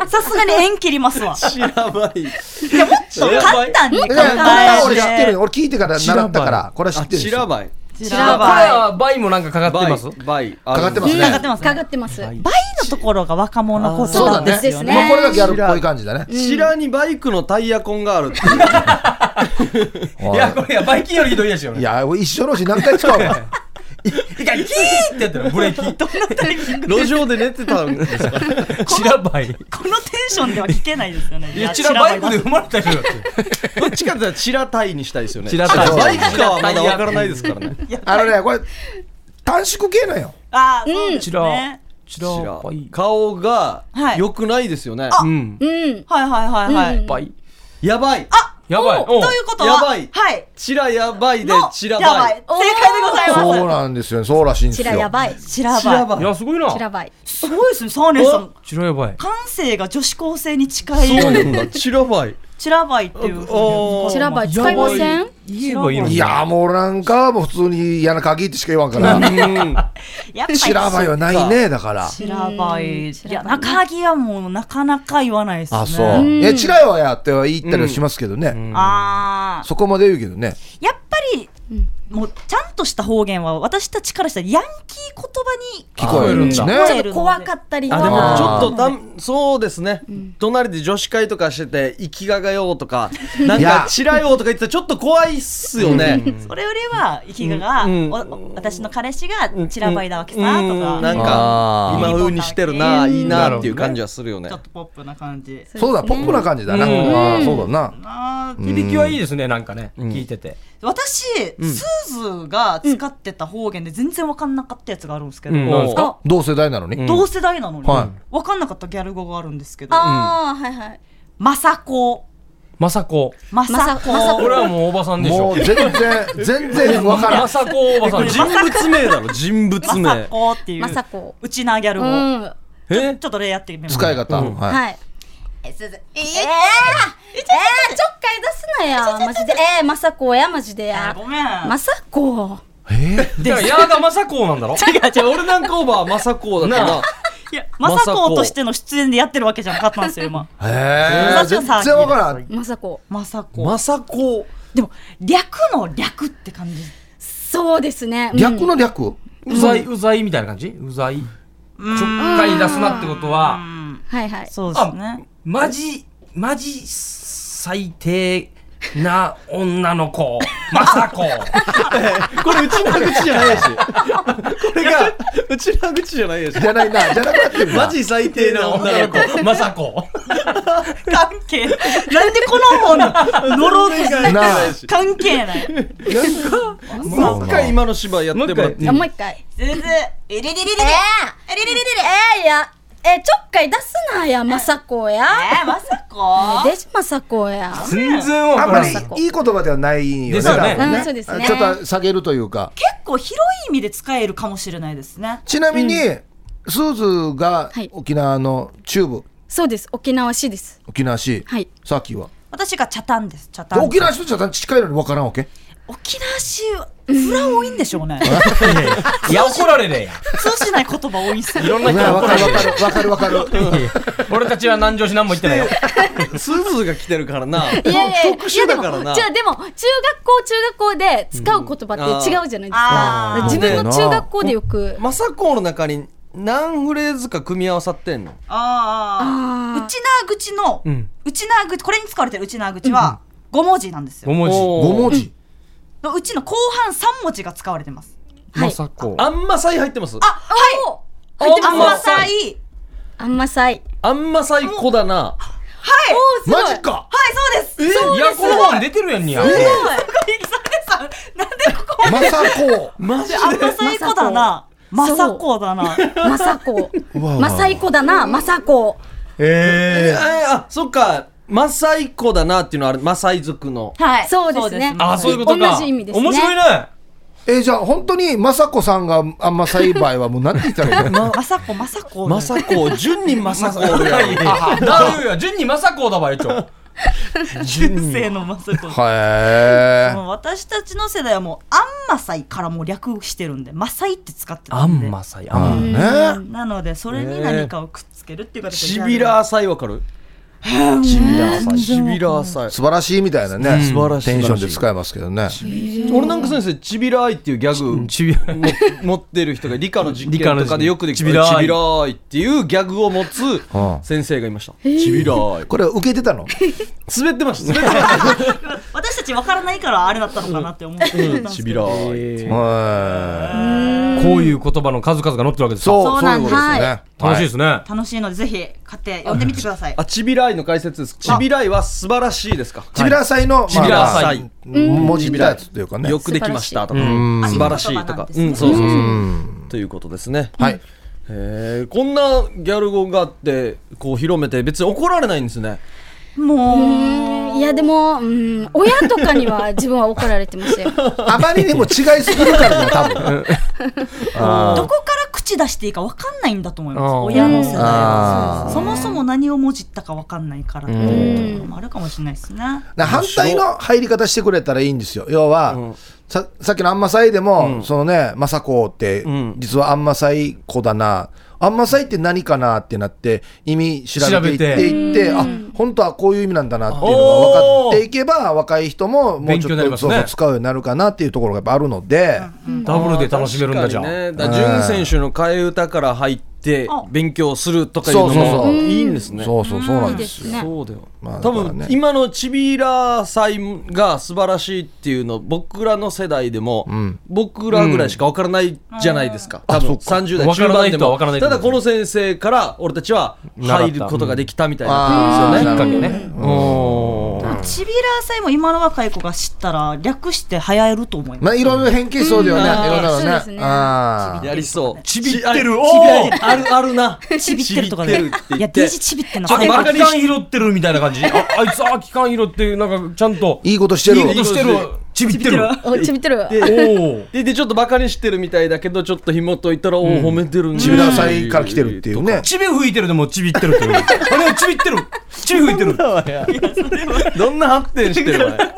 E: さすがに縁切りますわ
A: 知らない。
E: いやもっと簡単に考
C: いや、これは
E: え
C: 俺知ってる
E: て
C: よ。俺聞いてから習ったから、これは知
A: あ、
C: ってるで
A: 知
C: し
A: ら
C: ょ。
A: ばい。
E: チ
B: これ
E: ラバ
B: はバイもなんかかかってます
A: バイ。バイ。
C: かかってます
E: イ
C: ね
E: 繋がってます
D: か
E: ね
D: かってます。
E: バイのところが若者のこと
C: そうだ
E: なんで
C: ね
E: すよね
C: まあこれがギャルっぽい感じだね。
A: 知らにバイクのタイヤ痕があるっていう。
B: いや、これや、バイキンよりひどいやしよ。
C: い
B: ね
C: や、俺一緒のうち何回使うの
B: 一回、キーってやったら、ブレーキ。
A: 路上で寝てたんですか
B: チラバイ。
E: このテンションでは聞けないですよね
B: いや、チラバイクで生まれた人だって。
A: どっちかって言ったらチラタイにしたいですよね。
B: チラタイ
A: バイクかはまだわからないですからね。
C: あのね、これ、短縮系なんよ。
E: ああそうです
B: チ
E: ね
B: ラ
E: はい
B: チ
A: チ
B: ラ
A: ラ
B: バイ。
A: 顔が
E: はい
A: 良くないですよね。
B: うん。
D: うん。
E: はいはいはい
D: うん
B: バイ。
A: やばい。
B: やばい。
E: ということは
A: やばい
E: はい
A: チラやばいで
E: の
A: チラ
E: や
A: ばい。
E: 正解でござい
C: そう
E: ま
C: なんですよね。そうらしいんです
D: チ
C: よ。
D: ラやばい。
E: すチラ
A: チラ
E: バイ
A: ば
B: いや、すごいな。
D: チラバイ。
E: すごいですねサーネさん
B: チラやばい。
E: 感性が女子高生に近
A: い。そうないんだ。チラばい。
E: チラバイっていう
A: おー
D: チラバイ使いません
B: 言えばいいのに
C: いや、もう俺なんかはもう普通に嫌な鍵ってしか言わんから。
A: うん。
E: やっぱり
C: 知らばいはないね、だから。
E: チラバイい
D: チラ
E: や
D: バイね
E: 中着はもうなかなか言わないですね
C: あ、そう。え、チラよやっては言ったりはしますけどね。
E: あー
C: そこまで言うけどね。
E: やっぱりもうちゃんとした方言は私たちからしたらヤンキー言葉に
C: 聞こえるんだね。
E: あ
D: ちょっと怖かったりと
A: あでもちょっ
D: か。
A: とたんそうですね、隣で女子会とかしてて「生きががよ」と [LAUGHS] か「なん
C: いや
A: かちらよ」とか言ってたらちょっと怖いっすよね。
E: それよりは生きがが、
A: うんうん
E: おお私の彼氏がチラバイだわけさ、
A: うん
E: とか、
A: なん
C: あ
A: か
C: ー
A: 今風にしてるな、いいなっていう感じはするよね
E: ちょ。っとポップな感じ。
C: そうだ、ポップな感じだな。
B: う
C: あーそうだな。
E: あー
B: 響きはいいですね、なんかね、聞いてて。
E: 私、数ズが使ってた方言で全然わかんなかったやつがあるんですけど、
A: うん
B: なんです
E: あ
C: 同世代なのに、
E: 同世代なのに、
C: は
E: わかんなかったギャル語があるんですけど
D: ああ、はいはい。
E: 「まさこ」
B: まさこ。
E: 「まさこ」
D: まさ
B: これはもうおばさんでし
C: も
B: ょ
C: う。全然全然わからん
B: まさこおばさんでし
A: 人
B: ょ。
A: 物名だろ [LAUGHS] 人物
E: まさ
A: 名
E: こっていう
D: まさこ。
E: うちなギャル
D: う
E: 語、
D: ん。
A: え
E: ちょっと例やってみます
C: 使い方、
A: うん
C: はい
D: はい。
F: え、すず、え
D: ええええちょっかい出すなや。マジで。ええまさこや、マジで
E: あ
D: や
E: ー。ごめん、
D: まさこ。
B: だから矢がまさこなんだろ。
A: 違う違う俺なんかオーバーまさこだったない
E: やまさこうとしての出演でやってるわけじゃなかったんですよ [LAUGHS] 今
C: へえ
E: 私は
C: 全
E: さ
C: 然わからん
D: まさこ。
E: まさこ
A: まさこ
E: でも略の略って感じ
D: そうですね。うん
C: 略の略
B: うざい、うざいみたいな感じうざい。ちょっかい出すなってことは、
D: はいはい。
E: そうですね
B: マジ、マジ最低な女の子。まさこ。
A: これうちな口じゃないしこれ [LAUGHS] がうちな口じゃないし
C: じゃないなじゃなくなってるな
A: マジ最低な女の子
B: 子。まさこ。
E: 関係ないなんでこ
B: [LAUGHS]
E: の本乗ろうとし
A: な
E: て
C: な
A: あ
E: 関係ない
A: もう一回今の芝居やってもらっていい
D: あもう一回。
E: 全然えりりりりり
D: ええええや。ええちょっかい出すなや、まさこや。
E: えまさこ
D: でしまさこや。
B: 全然わ
C: あ
B: か
C: んま
B: らん
C: り
D: まさこ
C: いい言葉ではないよね
B: ですよね
C: 多分
D: うんそうですね
C: ちょっと下げるというか
E: 結構広い意味で使えるかもしれないですね
C: ちなみに、スーズが
D: はい
C: 沖縄の中部、
D: そうです。沖縄市です。
C: 沖縄市、
D: はい
C: さっきは
E: 私が茶炭です茶
C: で
E: 炭
C: 沖縄市とじゃ近いのに分からんわけ
E: 沖縄市はフラ多いんでしょうね
B: いや、怒られね
E: 通じない言葉多いっす
B: えや。いろん
C: うわ
B: な人に怒
C: 分
B: られね
C: かる分かる分かる分かる
B: えや。俺たちは南城市何も言って [LAUGHS] ないよ。
A: スーズーが来てるからな。
D: いやいやいや
A: 特殊だから
D: いやで
A: な
D: もじゃあでも中学校中学校で使う言葉って違うじゃないですか
E: あー
D: 自分の中学校でよく
A: まさこの中に何フレーズか組み合わさってんの
E: あ
D: あー
E: あうちなぐちの、
A: う
E: うんちなぐちこれに使われてるうちなぐちは5文字なんですよ、
B: 5文字。
A: おー
C: 5文字
E: のうちの後半3文字が使われてます
D: はい
B: まさこ。
A: あんまさい入ってます
E: あはい
A: あ入ってます
E: 甘さい
D: あんまさい
A: あんまさい子だな。
E: はい
D: おーすごい
C: マジか
E: はいそうです
A: え
B: いや、この本出てるやんにや。
E: さんなんでここ
C: まさこ
A: マジで
E: 甘さい子だなま
D: そう
E: さこだな
D: まさこ
C: うわうわ
D: まさいこだなまさこ
A: えあ、そっか。マサイ子だなっていうのはあれ、マサイ族の。
E: はい
D: そうですね
B: あ、そういうことか。
D: 同じ意味ですね
B: 面白いね。
C: えーじゃあ本当にまさこさんがあんまさい場合はもう何て言ったらい
A: [LAUGHS]
C: いの
E: まさこまさこ
A: マサコ、順にマサコ [LAUGHS] おるやん。
B: だよや、順にまさこだばいちょ。
E: 人生のまさこ
C: へ
E: もう私たちの世代はもうあんまさいからもう略してるんでまさいって使ってたんで
B: さい、
C: あ
B: ん。
C: ーね
E: なのでそれに何かをくっつけるっていう形
A: シビラーサイわかる
E: シビラ
A: シビラーサイ。
C: 素晴らしいみたいなね、
A: 素晴らしい
C: テンションで使えますけどね
A: 俺なんか先生、チビラーイっていうギャグ
B: ちび、
A: も持ってる人が理科の実
B: 理科
A: 験と
B: の実
A: か
B: 験
A: でよくできた
B: ちびらーい
A: ちびらーいっていうギャグを持つ
C: うん
A: 先生がいました。ちびらーい。
C: これ受けてたの
A: 滑ってました。滑ってまし
E: 私たち分からないからあれだったのかなって思ってたん
A: た。
E: で
A: [LAUGHS] ち
E: す
A: び
E: け
A: ら
E: ど
A: ーい。
C: は
B: こういう言葉の数々が載ってるわけで
C: い
B: すか。
C: そう
D: そ
C: そ
D: う
C: う
D: ない
C: うんこ
D: だ
B: 楽
C: とですね
B: しいですね。
E: 楽しいのでぜひ買って読んでみてください
A: あ、ちびらーいの解説です。ちびらーいは素晴らしいですか。
C: ちびらさいの、
A: ちびらー
C: まあ
A: さ
C: まあ
A: い。
C: 文字見たやつというかね
A: よくできましたとか、
C: ん
A: 素晴らしいと
E: あ
A: か、
E: いい言葉なんです
A: う
E: ね
A: ん、そうそうそう。ということですね。
C: はい
A: へーこんなギャル語があって、こう広めて、別に怒られないんですね。
E: もう
D: うんいやでもうん親とかには自分は怒られてましたよ
C: あまりにも違いすぎるからね多分あ
E: どこから口出していいか分かんないんだと思います
B: あー
E: 親の世代
C: あ
E: は
C: ー
E: そもそも何をもじったか分かんないからっていうのもあるかもしれないですね
C: ーな反対の入り方してくれたらいいんですよ要は、
A: うん
C: ささっきのあんまさいでも、そのねまさこって、
A: ん
C: 実はあんまさい子だなあんまさいって何かなってなって意味調べていっていってあ本当はこういう意味なんだなっていうのが分かっていけば若い人ももうち
B: 勉
C: ょ
B: 強に
C: っ
B: な
C: と、
B: ります
C: そう
B: ね
C: そう使うようになるかなっていうところがやっぱあるので、
B: ダブルで楽しめるんだじゃ
A: あー確
B: ん。
A: かにねだからジュン選手の替え歌から入って
E: あ、
A: 勉強するとかいう
C: そう
A: の
C: そうそう
A: もいいんですね。
C: そうそうそうなんです
D: ですね
A: そうだよ、
C: まあ
A: 多
C: だから
A: 分
C: ね
A: 今のちびらさんが素晴らしいっていうの僕らの世代でも、
C: ん
A: 僕らぐらいしか分からないじゃないですか、多分
C: あそっか
A: 30代
B: 分
A: 中
B: からな
A: 盤
B: い
A: で
B: 人は
A: も
B: 分からないと
A: た
B: 思う
A: だこの先生から俺たちきっかけね俺たちは入ることができたみたいな、
C: あー
B: きっ
C: な
B: か
C: る
B: け
C: ほど
B: ね。おー
E: ちびらさえも今の若い子が知ったら略して流行ると思います。
C: まあ、いろいろ変形そうだよね。い
A: うん
C: ろいろ
G: そうです
C: ね。
G: ね
C: ああ。
A: やりそう。
B: ちびってる
A: ち
B: お
A: あ
B: ー
A: ある、あるな。
E: ちびってるとかね。
A: ちびってるって言って
E: いや、デジちびってんの。
A: ちょっと
E: あれ
A: バ
B: 空
A: カ
B: き
A: に
B: 缶拾ってるみたいな感じああいつ空き缶拾ってなんかちゃんと
C: いいことしてる。
B: いいことしてるちびってる
G: おちびってる。
A: で
B: おお
A: ででちょっとバカにしてるみたいだけどちょっと紐解いたら、おお褒めてるね
C: ちびらさいから来てるっていうね。
B: ちび吹いてるでもちびってるっていうあれちびってるちび吹いてる
A: どんな発展してるわよ
C: ね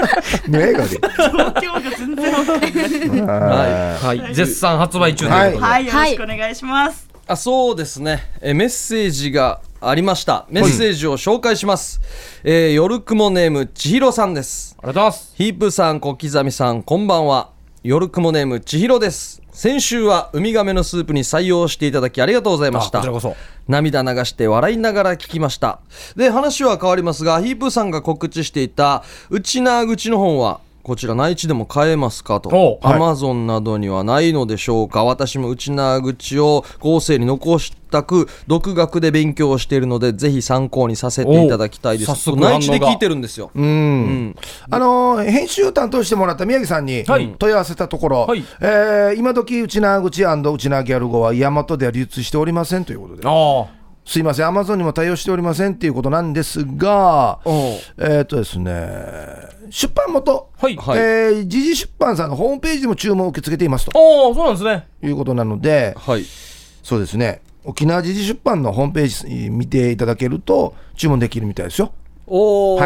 C: 笑顔で。
E: 今日が全然わかんない
C: は
B: はい、はい、絶賛発売中と
C: はいいう
B: ことで
E: はい、よろしくお願いします。
A: あそうですねえメッセージがありましたメッセージを紹介します、えー、夜雲ネーム千尋さんです
B: ありがとうございます
A: ヒープさん小刻みさんこんばんは夜雲ネーム千尋です先週はウミガメのスープに採用していただきありがとうございま
B: あ
A: した
B: こちらこそ
A: 涙流して笑いながら聞きましたで話は変わりますがヒープーさんが告知していた「うちなぐち」の本はこちら内地でも買えますかと
B: お
A: ア
C: はい
A: マゾンなどにはないのでしょうか私もうちなぐちを後世に残したく独学で勉強しているのでぜひ参考にさせていただきたいで
B: お早
A: す
B: 速
A: 内地で
B: 反応が
A: 聞いてるんですよ
C: うんあのー編集担当してもらった宮城さんに
B: はい
C: 問い合わせたところ、
B: はい
C: えー今時うちなぐちうちなギャル語は大和では流通しておりませんということで
B: あ
C: すいませんアマゾンにも対応しておりませんっていうことなんですが
A: おう
C: えっ、とですね出版元、
B: あはい、
A: はい
C: えー時事出版さんのホームページでも注文を受け付けていますと
B: おおそうなんですね
C: いうことなので
A: はい
C: そうですね沖縄時事出版のホームページ見ていただけると注文できるみたいですよ
A: お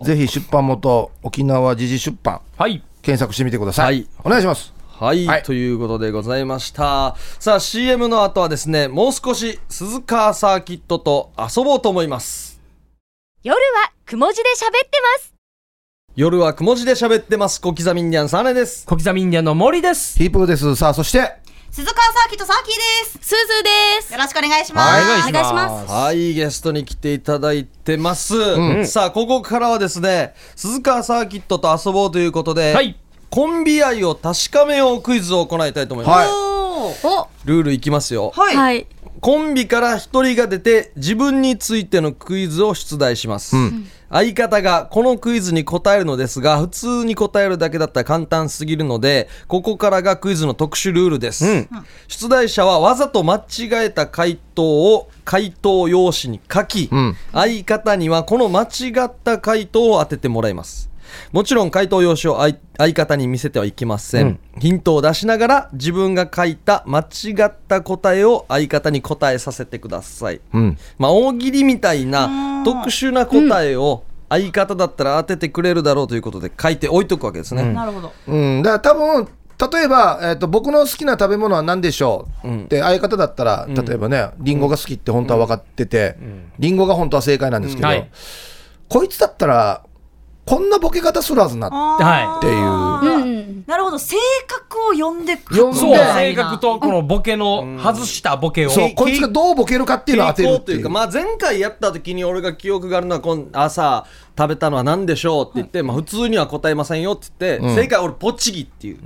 A: お、
C: ぜひ出版元沖縄時事出版
B: はい
C: 検索してみてください、
A: はい
C: お願いします
A: はい、
C: はい
A: ということでございましたさあ CM の後はですねもう少し鈴川サーキットと遊ぼうと思います
G: 夜はくも字で喋ってます。
A: 夜はくも字で喋ってます小刻みんにゃんサネです
B: 小刻みインディアンの森です
C: ヒープーですさあそして
F: 鈴川サーキットサーキーです。
G: すずです。
F: よろしくお願いします。
B: お願いします
A: はいゲストに来ていただいてます、
C: ん
A: さあここからはですね鈴川サーキットと遊ぼうということで、
B: はい
A: コンビ愛を確かめようクイズを行いたいと思います、
C: は
E: おー
G: お、
A: ルールいきますよ
E: はい。。
G: はいい。
A: コンビから一人が出て自分についてのクイズを出題します、相方がこのクイズに答えるのですが普通に答えるだけだったら簡単すぎるのでここからがクイズの特殊ルールです、出題者はわざと間違えた回答を回答用紙に書き、
C: ん
A: 相方にはこの間違った回答を当ててもらいますもちろん回答用紙を相相方に見せてはいけません、ヒントを出しながら自分が書いた間違った答えを相方に答えさせてください、
C: い、うん、
A: まあ、大喜利みたいな特殊な答えを相方だったら当ててくれるだろうということで書いておいとくわけですね、
E: なるほど。
C: うん、だから多分例えば、えー、と僕の好きな食べ物は何でしょうって相方だったら、例えばねリンゴが好きって本当は分かってて、リンゴが本当は正解なんですけど、
B: はい
C: こいつだったらこんなボケ方するはずなっ
E: あ
C: ていう
E: ー
G: うん
E: なるほど。性格を読んでく
C: 読んで
B: そう
C: はい
B: 性格とこのボケの外したボケを
C: そうこいつがどうボケるかっていうのを当てる
A: 傾向
C: って
A: と
C: い
A: いううか、まあ、前回やった時に俺が記憶があるのは今朝食べたのは何でしょうって言って、まあ、普通には答えませんよって言って、
C: うん
A: 正解俺ポチギっていう、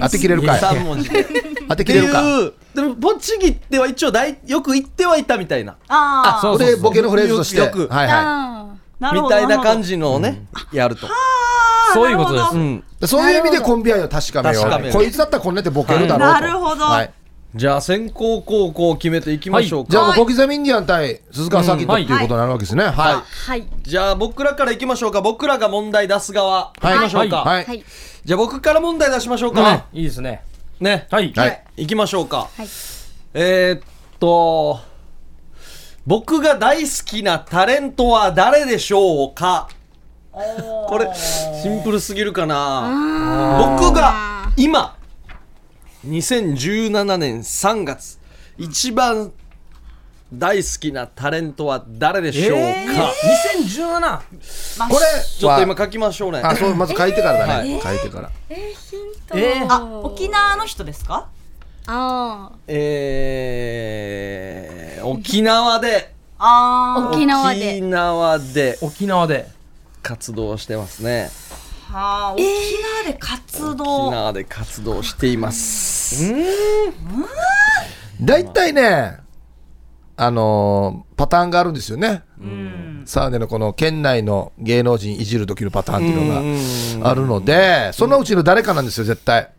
C: 当てきれるかい
A: 3文字で。
C: 当て
A: って
C: きれるか
A: いうでも栃木っては一応大よく言ってはいたみたいな
E: ああ、
B: そう
C: こ
B: そう
C: れ
B: そう
C: ボケのフレーズとして
A: よく
C: はいは
G: あ
E: なる
A: み
E: ほど。
A: たいな感
E: じ。
A: じのをね、やると、
B: そういうことです
E: なるほど
A: うん
C: い、そういう意味でコンビ愛を確かめよう
A: 確かめる
C: こいつだったらこんなやってボケるだろうと、
E: はいなるほど
C: はい、
A: じゃあ先行後攻を決めていきましょう
C: じ
A: か、
C: ゃあもう小刻みインディアン対鈴川サーキットっていうことになるわけですねはい、
G: ーはい。
A: じゃあ僕らからいきましょうか僕らが問題出す側、
C: はい
A: いきましょうか、
C: はい
G: はい。
A: じゃあ僕から問題出しましょうかね
B: あ、いいですね
A: ね
B: はい、
C: はい、
A: いきましょうか、
G: はい
A: えー、っと僕が大好きなタレントは誰でしょうかこれシンプルすぎるかな僕が今2017年3月一番大好きなタレントは誰でしょうか、
B: 2017
C: これ
A: ちょっと今書きましょうね
C: あそうまず書いてからだね、書いてから
B: えー
E: あ、沖縄の人ですか
G: あ
A: えー、沖縄で
E: あ
G: 沖縄で
A: 沖縄で
B: 沖縄で
A: 活動してますね
E: あ、はあ沖縄で活
A: 沖
E: 動。
A: 縄で活動しています
C: 大体ねあのーパターンがあるんですよね
E: うん。
C: 澤根のこの県内の芸能人いじる時のパターンっていうのがあるのでそのうちの誰かなんですよ絶対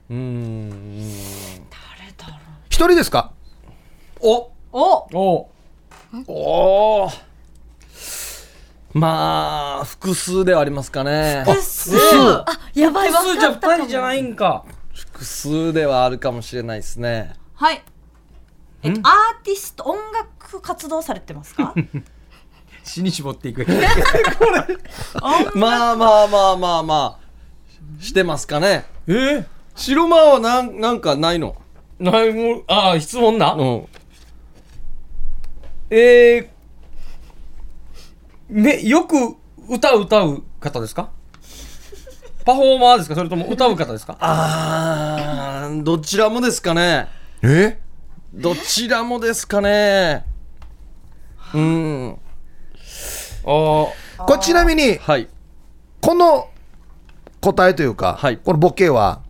C: 一人ですか
A: お
E: お
A: おおーまあ複数ではありますかね
E: くっすあやばいわ
B: 複数じゃ二人じゃないんか。
A: 複数ではあるかもしれないですね
E: はいえっとアーティスト音楽活動されてますか
B: 死に絞っていく。
A: まあまあまあまあまあしてますかね
B: [LAUGHS] えー、
A: 白間はなんなんかないの
B: ないもんああ質問な。
A: うん
B: えー、めよく歌う歌う方ですかパフォーマーですかそれとも歌う方ですか
A: あーどちらもですかね
C: え
A: どちらもですかねうん
B: あー
C: これちなみに
A: はい
C: この答えというか、
A: はい
C: このボケは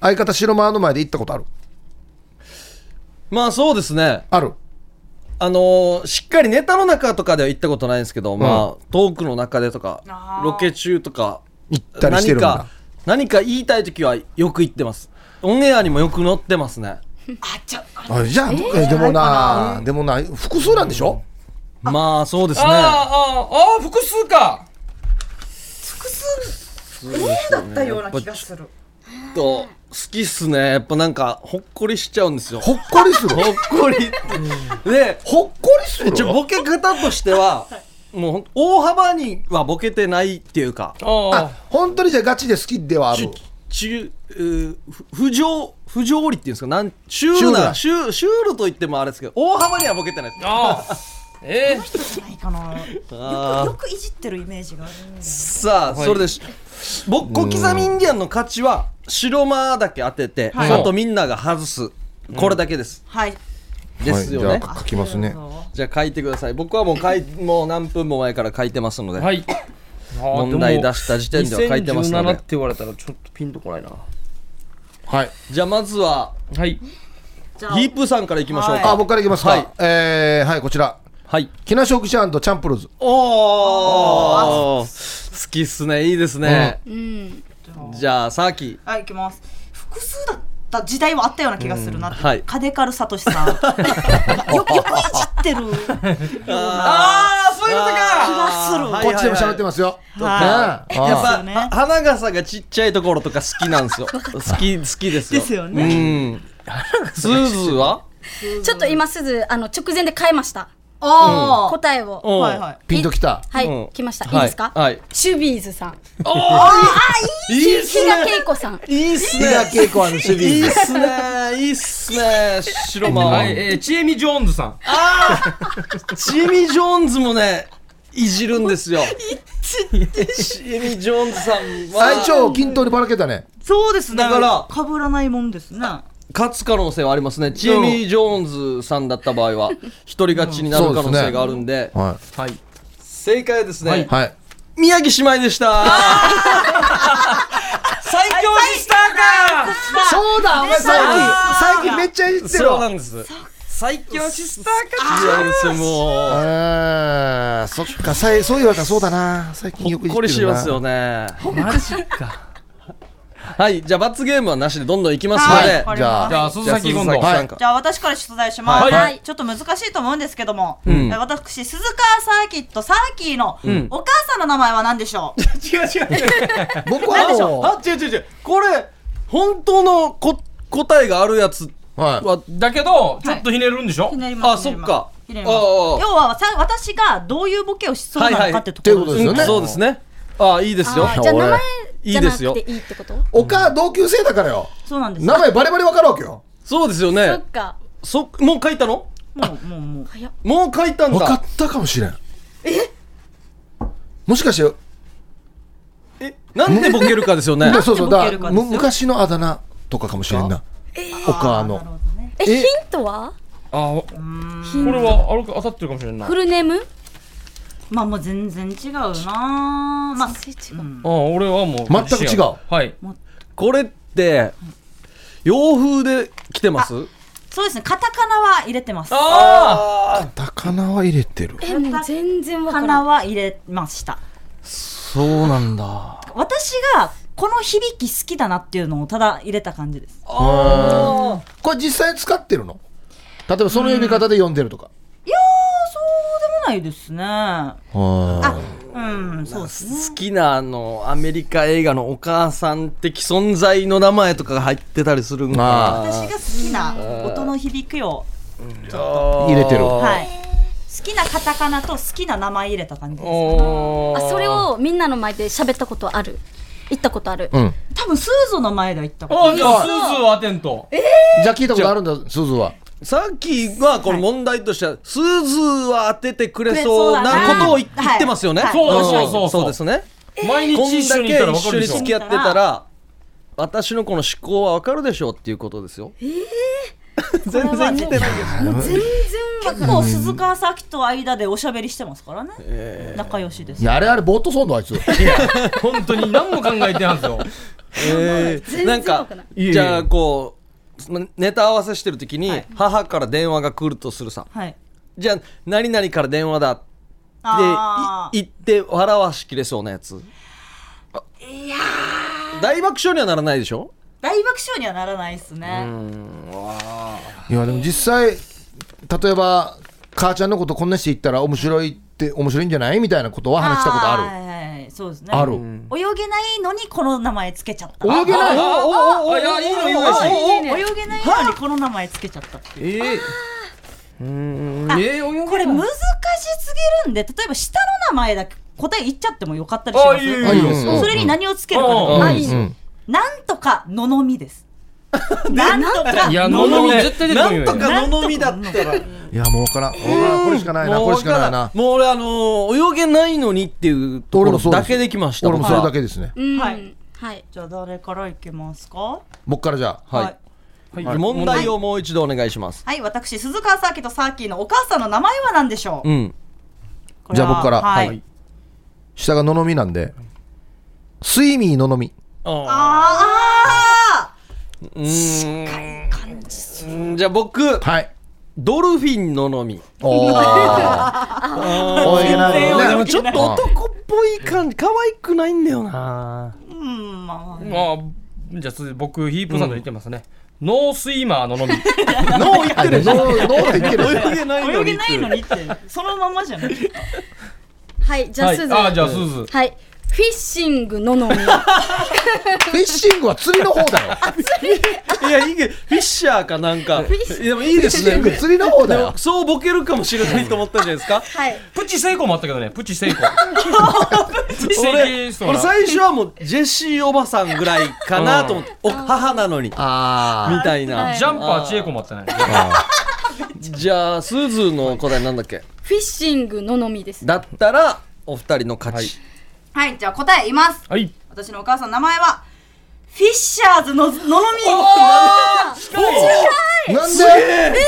C: 相方白間の前で行ったことある
A: まあそうですね
C: ある
A: あのーしっかりネタの中とかでは行ったことないんですけど、まあトークの中でとか
E: あー
A: ロケ中とか
C: 行ったりしてるんだ
A: 何か何か言いたい時はよく言ってますオンエアにもよく載ってますね
E: あちょ
C: あじゃあ、えでもなでもな複数なんでしょ、
A: まあそうですね
B: あーあーあー複数か
E: 複数 A だったような気がする
A: と好きっすねやっぱなんかほっこりしちゃうんですよほ
C: ほっこりす
A: [LAUGHS]
C: る
A: っこりで
C: ほっこりする
A: 一応ボケ方としてはもうほん大幅にはボケてないっていうか
B: あ
C: あ
B: あ
C: 本当にじゃあガチで好きではある
A: 中うふ不条不条理っていうんですかなんシュールなシュールシュールと言ってもあれですけど大幅にはボケてないです
B: ああえー、
E: じゃないかな
A: あー
E: よくいじってるイメージがあるんだよ
A: さあ、それでしぼっこ刻みインディアンの価値は白間だけ当てて、
E: はい
A: あとみんなが外すこれだけです、
E: はい
A: ですよね、
C: はい、じゃあ書きますね
A: じゃあ書いてください。僕はもう書い [LAUGHS] もう何分も前から書いてますので。
B: はい
A: 問題出した時点では書いてますので
B: 2017って言われたらちょっとピンとこないな
C: はい
A: じゃあまずは
B: はい
E: じゃあ
A: ヒープさんからいきましょうか。
C: あ僕からいきますか、
A: はい
C: えーはいこちら
A: はい。
C: 木梨沖ちゃんとチャンプルーズ
A: おー好きっすね。いいですね。
G: うん。
A: じゃあサーキ
E: はい行きます複数だった時代はあったような気がするなって、
A: はい
E: カデカルサトシさんよよくいじっ
A: [LAUGHS]
E: てる
B: ああそういうことか
E: あー
C: こっちでも喋ってますよ、
E: は
C: ねあ
A: やっ
E: です
A: ぱ、
E: よね
A: は花笠がちっちゃいところとか好きなんですよ。好き、好きですよ。
E: ですよ
A: う
E: ね
A: ん。スーズーは
G: ちょっと今すずあの直前で変えました。
E: ああ、
G: 答えを。
A: うん
E: はいはい
C: ピンときた
G: は
A: うん
G: い、来ました。いいですか
A: はいはい。
G: シュビーズさん。
A: いいっ
G: 比
A: す
G: 嘉
A: ね
G: 恵子さん。
A: いいっす
C: 伊
A: ね
C: 賀恵子の守
A: いい
C: 備
A: っすねいいっすね白間
B: はい、えー、ちえみジョーンズさん
A: ジミー・ジョーンズもね、いじるんですよ。ジミー・ジョーンズさんは、
C: 最長均等にばらけたね
E: そうですね
A: だから
E: かぶらないもんですね
A: 勝つ可能性はありますね。ジミー・ジョーンズさんだった場合は、一人勝ちになる可能性があるんで、
C: は
B: はい
A: 正解はですね、
B: はい
C: はい
A: 宮城姉妹でした。
B: 最強シスターか
C: そうだお前最近最近めっちゃ言ってる
A: そうな
C: わ
A: んです。
B: 最強シスターか
A: そうなんですよ、もう。
C: あーそっかさいそう言われたらそうだな最近よく言って
A: こ
C: るな
A: れしますよね。
B: マジか
A: はい、じゃあ罰ゲームはなしでどんどんいきますの
E: はい
A: で、
E: わかりました
C: じゃあ
B: じゃあ鈴崎今度
A: じゃあ鈴
C: はい
A: さんか
E: じゃあ私から出題します、
A: はい
G: はい
E: ちょっと難しいと思うんですけども、
A: ん
E: 私鈴川サーキットサーキーのお母さんの名前は何でしょう、
B: 違う違う違う
C: 僕はも
A: あ、違う違う違う。これ、本当のこ答えがあるやつ
C: うはい
A: は、
B: だけどちょっとひねるんでしょ、
E: ひねり
A: あ、
E: ます
A: そっか。
E: ひねります
A: あああ
E: 要はさ私がどういうボケをしそうなのかってとこ
C: はいはい
E: ろ
C: っていうことですよね
A: うんそうですね。ああ、いいですよ。
G: あーじゃあ名前
A: い
G: じ
A: い
G: ゃ
A: で
G: な
A: すよ
G: くていいってこと？
C: おか同級生だからよ
E: そうなんですよ
C: 名前バレバレわかるわけよ
A: そうですよ
G: そ
A: ね
G: っ。か。
A: そ、もう書いたの
E: もうもうもう
A: もう書いたん
C: わか
A: だ。
C: ったかもしれんえもしかして
A: え、なんでボケるかですよね
C: だ。そうそう
E: ボ
C: だ
E: ケるかです
C: む
E: よ
C: 昔のあだ名とかかもしれんなおか
E: なるほ
C: の
E: どね
G: え
C: え
G: ヒントは？
B: あこれはあるか当たってるかもしれんない
G: フルネーム？
E: まあもう全然違うなあま
B: あ
E: あ
B: あ俺はもう
C: 全く違う
B: はい
A: これって、洋風で来てます
E: そうですねカタカナは入れてますカ
B: あ
C: 魚は入れてる
G: えもう全然わか
E: タカ
G: ら
E: ナ
G: ん
E: は入れました
A: そうなんだ
E: 私がこの響き好きだなっていうのをただ入れた感じです
C: これ実際使ってるの例えばその呼び方で呼んでるとか
E: いやーそうでもないですね
C: あ
E: うんそうですね
A: 好きなあのアメリカ映画のお母さん的存在の名前とかが入ってたりするんか
E: 私が好きな音の響くよ
C: 入れてる
A: あー
E: はい好きなカタカナと好きな名前入れた感じです
G: あ
A: あ
G: それをみんなの前で喋ったことある言ったことある、
C: うん
E: 多分スーゾの前では言った
B: あ
E: こと
B: あじゃあスーズを当てんと
C: じゃあ聞いたことあるんだすずは
A: さっきはこの問題としては、スーズは当ててくれそう
E: くれそう
A: な
E: だな
A: ことを言
E: はい
A: 言ってますよね。
E: はい
B: そう
A: うん
B: そうそうそう
A: ですね。
B: 毎
A: こ
B: 日
A: ん
B: 一
A: だ
B: 緒
A: け
B: にいたら分か
A: 一緒
B: る
A: に
B: でしょ
A: 付き合ってたら、私のこの思考はわかるでしょうっていうことですよ。 [LAUGHS] 全然似てないけど。
E: 結構鈴川さきと間でおしゃべりしてますからね、仲良しです
C: いやあれあれボートソン [LAUGHS] ドあいつ
B: 本当に何も考えてないんです [LAUGHS] よ
A: えーなん
G: 然わ
A: か
G: かんない
A: じゃあこうまネタ合わせしてる時に母から電話が来るとするさ
E: はい
A: じゃあ何々から電話だって
E: あー
A: い言って笑わしきれそうなやついや大爆笑にはならないでしょ
E: 大爆笑にはならないですね
C: いやでも実際例えば母ちゃんのことこんなして言ったら面白いって面白いんじゃないみたいなことは話したことある
E: はいはいはいそうですね
C: ある
E: 泳げないのにこの名前つけちゃった
C: 泳げない
A: おお
B: あいやいいのいいの
E: お
B: い
E: お泳げないのにこの名前つけちゃった
B: いしええうんええお湯
E: これ難しすぎるんで例えば下の名前だけ答え言っちゃってもよかったりしま
B: あいいよ
E: す
C: いいよ
E: それに何をつけるかと
B: う
E: か
B: ん
E: あ
C: う
E: いいです
C: ん
E: なんとかののみです [LAUGHS] なんとか
B: いや
E: の
B: の
E: の
B: の
E: み
B: み絶対出て
A: な
B: こない
A: ん
B: よ
A: とかののみだったら
C: いやもう分からん俺これしかないな
A: もう
C: これしかない
A: わ
C: な
A: らんもう俺あのー泳げないのにっていうとこ
C: 俺
A: ろ
C: もそうです
A: だけできました
C: 俺もそれだ
A: け
C: けですね
G: うん
E: は
G: はいい、
E: じゃあ誰からいけますか
C: 僕からじゃあ
A: はい
B: はい
A: 問題をもう一度お願いします
E: はい、私、鈴川サーキとサーキーのお母さんの名前は何でしょう、
A: うん
E: これは
C: じゃあ僕から
E: はい。
C: はい下がののみなんでスイミーののみ
E: あ
A: うーんうんじゃあ僕
C: はい
A: ドルフィンののみ
C: おーおいな
E: 全然
A: で
E: 泳
A: も
E: げ
A: ちょっと男っぽい感じ可愛くないんだよな
E: ーうん、まあ、
B: まあじゃあ次僕ヒープさんと言ってますねノースイマーののみ
C: ノー言ってるノーノーって言ってる
A: 泳げないの
E: 泳
A: に
E: げないのにって、そのままじゃない。
G: はい、じゃあ
B: はい
G: すず、
B: あ
G: はい、
B: じゃあスーズ
G: フィッシングの [LAUGHS] のみ
C: フィッシングは釣りの方だよ
A: いやいいけどフィッシャーかなんか
G: ッ
A: でもいいです
C: フィッシング
A: ね
C: 釣りの方だ
A: で
C: よ
A: もそうボケるかもしれないと思ったんじゃないです [LAUGHS] か
G: はい
B: プチ成功もあったけどねプチ成功プチ成
A: 俺
B: 功
A: 俺最初はもうジェシーおばさんぐらいかなと思ってお母なのにみ
C: あ
A: たいな
B: ジャンパー千恵子もあったね
A: じゃあすずの答えなんだっけ
G: フィッシングののみです
A: だったらお二人の勝ち
E: はい、じゃあ答え言います。
B: はい
E: 私のお母さんの名前は、フィッシャーズのののみ。
C: あなんで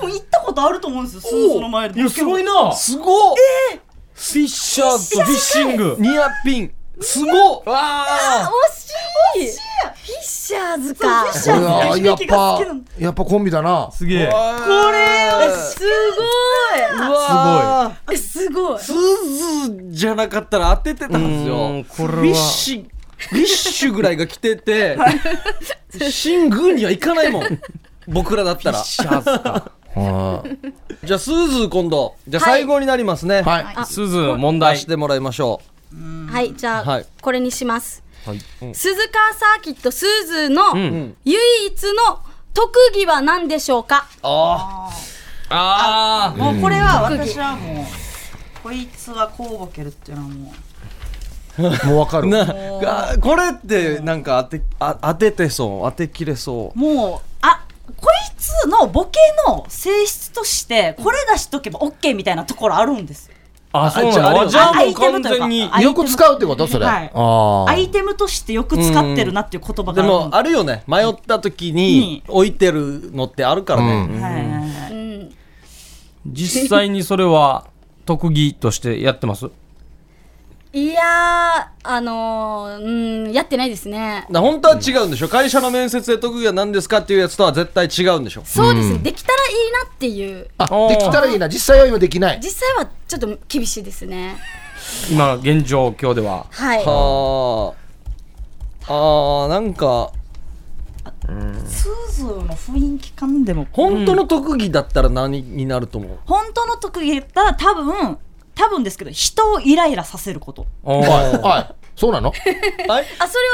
E: 多分行ったことあると思うんですよ、スーズの前で。
B: いやすごいな
A: すごっ
B: フィッシャーとフィッシング
A: ニアピンすごっ
B: わあ
G: 惜しいフィッシャーズ
E: そうフィ
G: か
E: ッシ
C: こ
E: ャ
C: れ
E: ーズの
C: はやっ
E: 響きが
C: ぱ
E: 好きなの。
C: やっぱコンビだな
B: すげえ
A: これは
G: すご
A: うわー
G: いえすごい
A: スーズじゃなかったら当ててたんですよ
B: うーんこれは
A: フィッシュフィッシュぐらいが来て
B: [LAUGHS]
A: てシングにはいかないもん僕らだったら
B: シャーズか
C: は
A: じゃあスーズ今度じゃあ最後になりますね、
C: い
G: あ
B: スーズ問
A: 出
B: 題
A: してもらいましょ
G: はいじゃあ、
A: はい
G: これにします、
B: はい
G: 鈴川サーキットスーズの
B: ん
G: 唯一の特技は何でしょうか、
A: うあ
B: あ
E: もうこれは私はもう、こいつはこうボケるっていうのはもう。
C: もうわか
A: あ
C: る
A: なあこれってなんか当てあ当ててそう当てきれそう
E: もうあこいつのボケの性質としてこれ出しとけば OK みたいなところあるんですよ
B: あそう
A: あ
B: なのあじゃあ
E: ア
B: もう
E: イテ
B: 完
E: ムというか
B: 全に
E: アイテム
C: よく使うってことそれ
E: はい
C: あ
E: アイテムとしてよく使ってるなっていう言葉
A: で
E: があるん
A: も
E: です
A: あるよね迷った時に置いてるのってあるからね、
C: う
E: はいはいはい
B: 実際にそれは特技としてやってます
D: いやー、あのー、うん、やってないですね。
A: な本当は違うんでしょ会社の面接で特技は何ですかっていうやつとは絶対違うんでしょ
D: そうですね、できたらいいなっていう。
C: あできたらいいな実際は今できない
D: 実際はちょっと厳しいですね。
B: 今現状今日では
D: はい。
A: はああーなんか
E: スーズーの雰囲気感でも
A: 本当の特技だったら何になると思う、
E: 本当の特技だったら多分多分ですけど人をイライラさせること
B: お
C: はい
B: ー
C: はいそうなの
D: あ、それは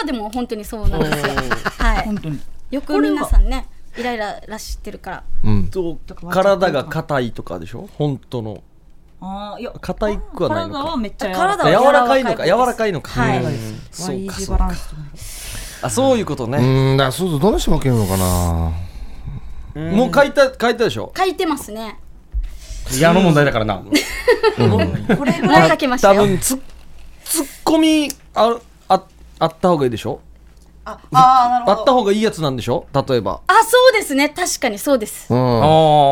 D: でも本当にそうなんですよ。は
E: 本当に
D: い。よく皆さんね、イライラらしてるから。
C: うん
A: と体が硬いとかでしょ本当の
E: ああいや
A: 硬いくはないのか
E: 体はめっちゃ
D: 体
A: 柔
D: は
A: らかいのか柔
D: です
A: らかいのか、
D: はい
A: うん
E: は
A: そう
E: イー
A: か
E: ジー
A: そう
E: バラン
A: か
E: ス
A: あそういうことね、
C: うんだからそうするとどの人負けるのかな
A: もう書いた書いたでしょ
D: 書いてますね。
B: 矢の問題だからな
E: これぐらい
D: もう書きました
A: 多
D: よ。
A: 分ツッツッコミあああった方がいいでしょ
E: ああーなる
A: あ
E: ほ
A: っ
E: ど
A: た方がいいやつなんでしょ例えば
D: あ、そうですね。確かにそうです。
B: あ
C: うん
B: あ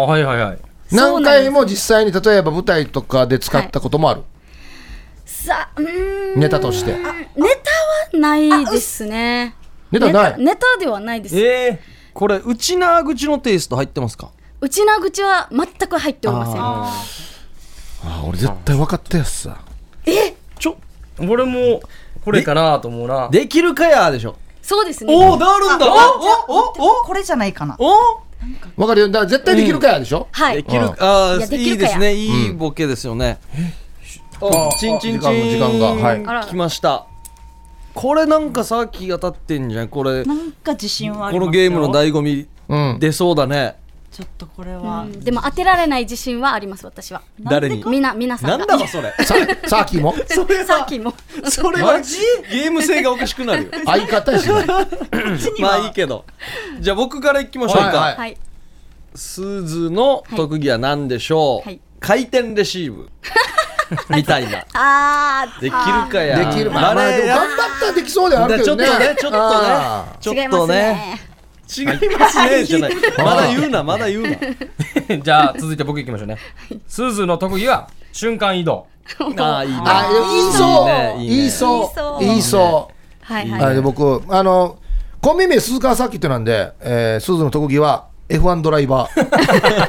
B: はいはいはい
C: 何回も実際に例えば舞台とかで使ったこともある
D: さうーん。
C: ネタとして
D: ネタはないですね。
C: ネタない
D: ネタではないです。
B: え
A: これ内縄口のテイスト入ってますか
D: うちの口は全く入っておりま
C: あ俺絶対分かったやつさ
B: ちょ俺もこれかなと思うな
A: できるかやでしょ
D: せん。そうですね。
A: おおなるんだおおお
E: これじゃないかな
A: おお
C: 分かるよだから絶対できるからでしょ
D: は
A: で
D: い。
A: きる
C: うん
A: あ
D: いや
A: ー
D: できるかや
A: いいですねいいボケですよねあチンチンチン
C: 時間が時間がはい
D: あら
A: 来ましたこれなんかさっき当たってんじゃんこれこ
E: なんか自信はありますよ
A: のゲームの醍醐味
C: うん
A: 出そうだね
E: ちょっとこれは、
D: うんでも当てられない自信はあります私は。
A: 誰に
D: みな皆さ
A: なん
D: が。
A: んだ
D: [LAUGHS]
A: ろそれ
C: ささっきも
D: さっきも。
A: それはゲーム性がおかしくなるよ
C: 相方やしね
A: まあいいけどじゃあ僕からいきましょう
C: はいはい
A: か
D: はい。
A: スーズの特技は何でしょう、
D: はい
A: 回転レシーブみたいな
D: あー
A: できるかや
C: できるまあまあ
A: 誰
C: でも
A: や
C: 頑張ったらできそうではあるけどね
A: だからちょっとね
C: あー
A: ちょ
D: 違い
A: っ
D: ま
A: と
D: す
A: ね
D: ね。
A: 違いますねじゃないまだ言うなまだ言うな
B: じゃあ続いて僕いきましょうねスーズーの特技は瞬間移動
A: ああいい
C: あ
A: な
C: 言いそう
A: いいねいいね
C: 言いそう
D: 言
C: 言いそう
D: はい
C: あ
D: はい。
C: で僕あのコンビ名鈴川さっきってなんで、えー、鈴の特技は F1 ドライバー
A: あいいです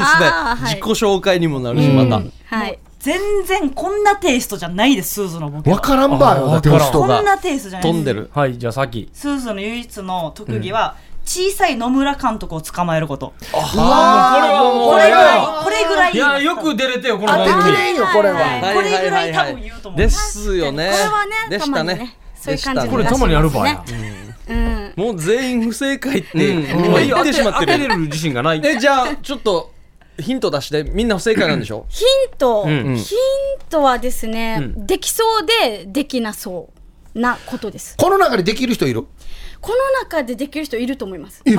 A: ね
D: あーはい
A: 自己紹介にもなるしまた、
D: はい。
E: 全然こんなテイストじゃないですスーズの僕
C: わからんばよ
B: あー
C: だってこの
B: ら
C: 人
E: こ
C: が
E: んなテイストじゃないです
A: 飛んでる
B: はいじゃあさっき
E: スーズの唯一の特技は、小さい野村監督を捕まえること
C: うわー
E: これぐら
B: もう
E: いこれぐらい
B: いやよく出れてよこの
C: 当
B: 番
C: てき
B: 組
C: れんよこれは、
E: これぐらい多分言うと思う
A: ですよね
D: これはね
A: でしたた
D: まに
A: ね
D: ねそういう感
A: でした
D: じ
A: ね
B: これたまにある場合や
D: うん。
A: もう全員不正解って、
B: うん
A: もう言ってしまっ
B: 当
A: て
B: て
A: る
B: れる自信がない
A: えじゃあちょっとヒント出してみんな不正解なんでしょ
D: ヒント、
B: うん
D: ヒントはですね、
B: うん
D: できそうでできなそうなことです。
C: この中でできる人いる
D: この中でできる人いると思います。
C: いる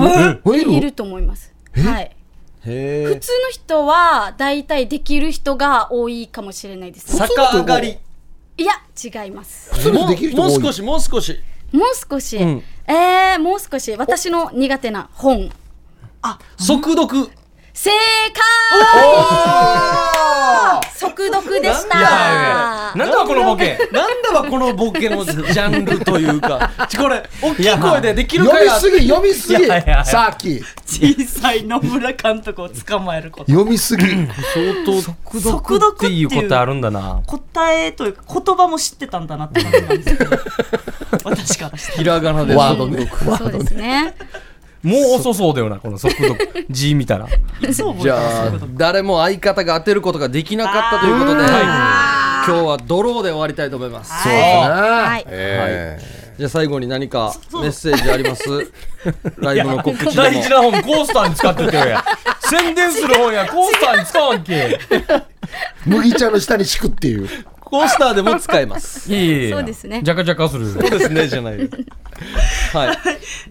D: い
C: い
D: る
C: る
D: と思います。はい。普
A: へえ
D: 通の人はだいたいできる人が多いかもしれないですね。
A: 逆上がり
D: いや違います。
C: 普通にできる人
A: も
C: 多
A: う
C: い
A: もう少しもう少し
D: もう少し、
A: ん
D: えー、もう少し私の苦手な本
A: 速読
D: 正解速読でし
B: い
D: た
B: やなんだこのボケ
A: なんだわこのボケのジャンルというかちこれ大きい声でできる
C: 読
A: か
C: み
A: や
C: すぎ読みすぎ
B: いやいやいや
C: さっき
E: 小さい野村監督を捕まえること
C: 読みすぎ
A: 相当
B: 速
E: 読
B: 読っ
E: ってて
B: い
E: いうう
B: ことあるんだな
E: 答えというか言葉も知ってたんだなって感じなんですけど私からして
A: ひらがなで
C: ワードね
D: そうですね
B: もう遅そうだよなこの速 [LAUGHS] 読字見たら
E: いつ覚え
A: じ
E: てま
A: ゃ
E: すそう
A: あ
E: いうこと
A: 誰も相方が当てることができなかったということで今日はドローで終わりたいと思います
C: そうだな、
D: はい
C: え
A: じゃあ最後に何かメッセージありますライブの告知で
B: 大
A: も
B: 事な本コースターに使っててよや [LAUGHS] 宣伝する本やコースターに使わんけ
C: ー麦茶の下に敷くっていう
A: コースターでも使えます
B: [LAUGHS] いやいやいや
D: そうですね
B: ジャカジャカする
A: [LAUGHS] そうですねじゃないよはい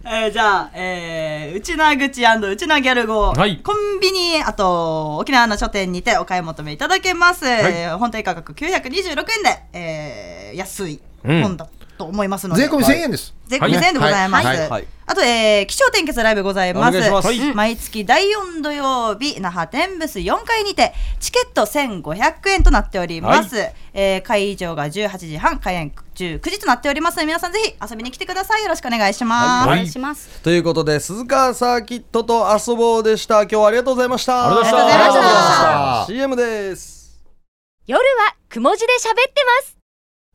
E: えーじゃあ、えー、うちなぐちうちなギャル号、
B: はい
E: コンビニ、あと、沖縄の書店にてお買い求めいただけます。えー本体価格926円で、えー安い
B: うん
E: 本だとと思いますので
C: 税込み1000円です。
E: 税込み1000円でございます。
C: はいはい
A: はい
E: あと、えー、気象転結ライブございます。
A: お願いしますはい
E: 毎月第4土曜日、那覇天ブス4階にて、チケット1500円となっております。えー会場が18時半、開演19時となっておりますので、皆さんぜひ遊びに来てください。よろしくお願いします。
G: お願いします。
A: ということで鈴川サーキットと遊ぼうでした今日はありがとうございました
B: ありがとうございました
E: ありがとうございました
A: CM です
H: 夜はくも字で喋ってます。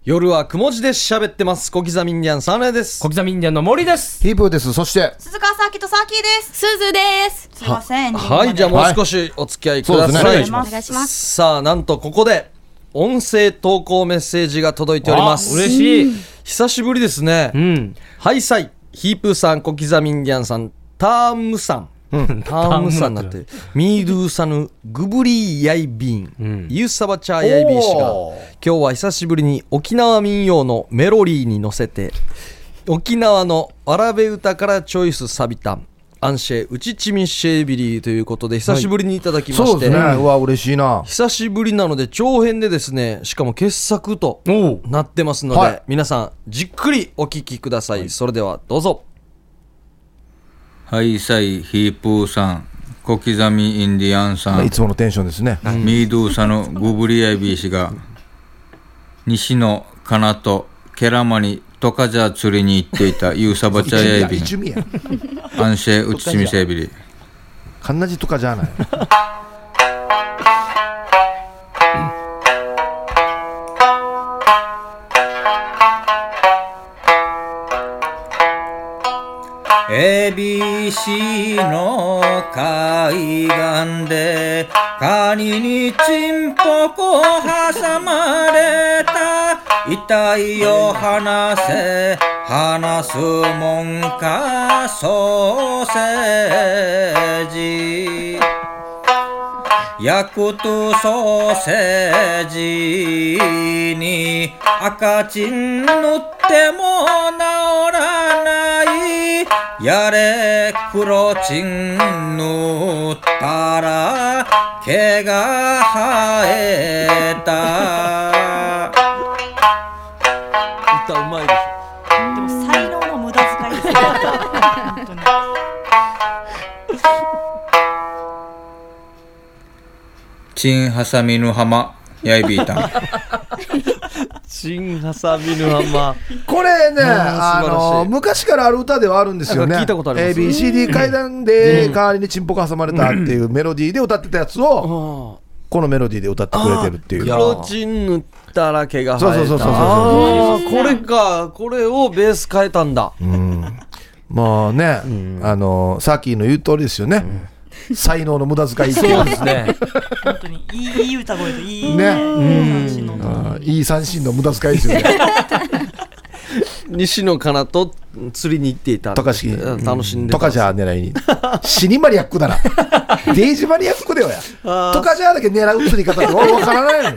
A: 夜はくも字で喋ってます小刻みインディアンサムネです
B: [LAUGHS] 小刻みインディアンの森です。
C: ヒープーです。そして、
E: 鈴川サーキットサーキーです。
G: すずです。
E: すいません。
A: はいじゃあもう少しお付き合いください,、
C: はいそう
E: ですねお願
G: いしま
A: さあなんとここで音声投稿メッセージが届いております
B: あ嬉しい。
A: 久しぶりですね
B: うん。
A: ハイサイヒープーさん小刻みインディアンさんタームさんタームさんだってミードゥーサヌグブリーヤイビーン、ユーサバチャーヤイビー氏が
C: おー
A: 今日は久しぶりに沖縄民謡のメロリーに乗せて沖縄のわらべ歌からチョイスサビタンアンシェウチチミシェービリーということで久しぶりにいただきま
C: そう
A: し
C: で
A: て、
C: すね。うわ、嬉しいな。
A: 久しぶりなので長編でですねしかも傑作と
B: おう。
A: なってますので、
C: はい
A: 皆さんじっくりお聞きください、それではどうぞ
I: ハイサイヒープーさん、小刻みインディアンさ
C: まあ
I: ん、
C: いつものテンションですね。
I: ミードゥーサのグブリアイビー氏が、西野かなとケラマにトカジャ釣りに行っていたユーサバチャイアイビ
C: 一
I: ー、
C: 味や。
I: アンシェウチチミセイビリ。
C: カンナジとかじゃない。
I: ABC の海岸でカニにチンポコ挟まれた痛いを話せ話すもんかソーセージ焼くとソーセージに赤チン塗っても治らないやれ黒チン塗ったら毛が生えた
A: 歌うまいでし
E: でも才能の無駄遣いですね。本当に。
I: チンハサミの浜やいびいたん
A: チンハサミのまんま
C: [LAUGHS] これね、
A: あー
C: あ
A: 素晴らしい
C: の昔からある歌ではあるんですよね。
A: なんか聞いたことあります
C: ABCD 階段で代わりにチンポが挟まれたっていうメロディーで歌ってたやつを、このメロディーで歌ってくれてるっていう。
A: 黒チン塗ったら毛が生えた
C: そうそうそうそうそう
A: あーこれかこれをベース変えたんだ
C: もうね、あのさっきの言う通りですよね。才能の無駄遣いっていうね。
B: ね。
E: 本当にいいいい歌声といい感じの音。
C: あーいい三振の無駄遣いですよね。
A: 西野かなと釣りに行っていた
C: とかし
A: うん楽しんで
C: と
A: た
C: かじゃ狙いに。死にマニアック
A: [LAUGHS]
C: だな。デイジマニアックだよや。とかじゃだけ狙う釣り方が俺わからないのに。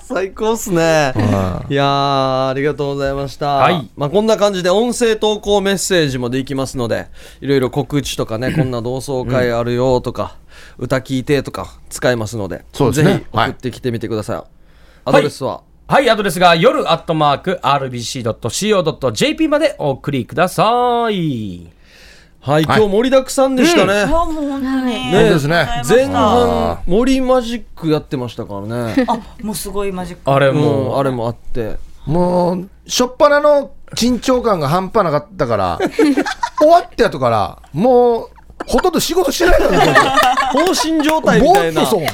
A: 最高っすね
C: あ
A: いやーありがとうございました、
B: はい
A: まあ、こんな感じで音声投稿メッセージもできますのでいろいろ告知とかねこんな同窓会あるよとか、歌聞いてとか使えますので
C: そうですね
A: ぜひ送ってきてみてください、アドレスは、
B: はい、アドレスが夜アットマーク RBC.CO.JP までお送りください。
A: はい、今日盛りだくさんでしたね。
E: うわもう本当に。
A: ね
C: 本当ですね
A: 前
E: あ
A: 半、森マジックやってましたからね。
E: もうすごいマジック。
B: あれ
A: もう
B: も
A: ん、あれもあって。
C: もう、しょっぱなの緊張感が半端なかったから、終わった後から、もう、ほとんど仕事してないからね、
A: 放心状態み
C: ぼ
A: た
C: ー
A: い
C: っ
A: な。
C: とそう。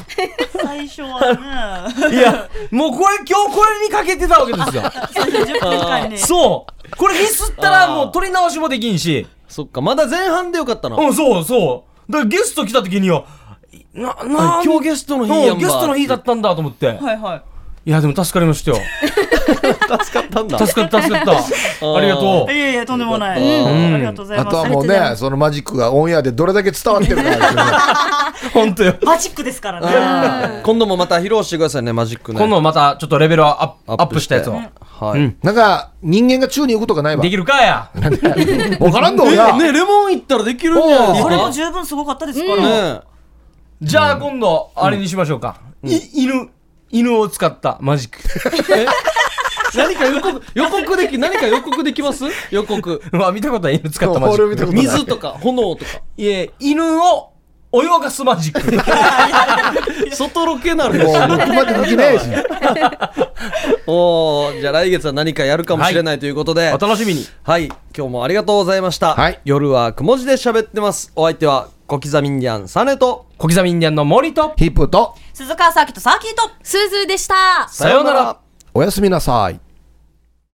E: 最初はね、
B: う、いや、もうこれ、今日これにかけてたわけ [LAUGHS] ですよ。
E: 10分間
A: [LAUGHS]
E: に。
B: そう。これミスったらもう取り直しもできんし。
A: そっか、まだ前半でよかったな。
B: うん、そうそう。だからゲスト来た時には、な、な
A: あ今日ゲストの日やんば
B: うんゲストの日だったんだと思って。
E: はいはい。
B: いや、でも助かりましたよ。
A: [LAUGHS] 助かったんだ。
B: 助かった、助か [LAUGHS] った。ありがと
E: いやいや、とんでもない。
A: よかった
E: うんありがとうござい
C: あ
E: ま
C: と
E: す。
C: はもうね、そのマジックがオンエアでどれだけ伝わってるかですよね。
B: う。 [LAUGHS] 本当よ。
E: マジックですからね。
A: 今度もまた披露してくださいね、マジックね。
B: 今度またちょっとレベルをアップアップしたやつを。
A: はい。
B: うん
C: なんか、人間が宙に浮くとかないわ
B: で。きるかや。
C: [LAUGHS] わからんの
A: え
C: や。
A: ね、レモン行ったらできるんじゃない
E: これも
A: です
E: 十分すごかったですか。
A: からね
B: じゃあ今度、あれにしましょうか。い犬、犬を使ったマジック。
A: 何か予告、予告でき、何か予告できます予告。
B: [LAUGHS] まあ見たことない犬使ったマジ
C: 俺
B: ッ
C: 見た
B: ク。
C: ことない
A: 水とか炎とか。
B: いえ、犬を泳がすマジック。
A: 外ロケなる
C: も
A: で
C: う
A: し
C: 僕までできないし
A: おーじゃあ来月は何かやるかもしれないということで。
B: [LAUGHS] [LAUGHS] お楽しみに。
A: はい、今日もありがとうございました。
C: はい
A: 夜はくも字で喋ってます。お相手は、小刻みインディアン、サネと、
B: 小刻みインディアンの森と、
C: ヒップと
E: 鈴川サーキットサーキット
G: すずでした
A: さようなら。
C: おやすみなさい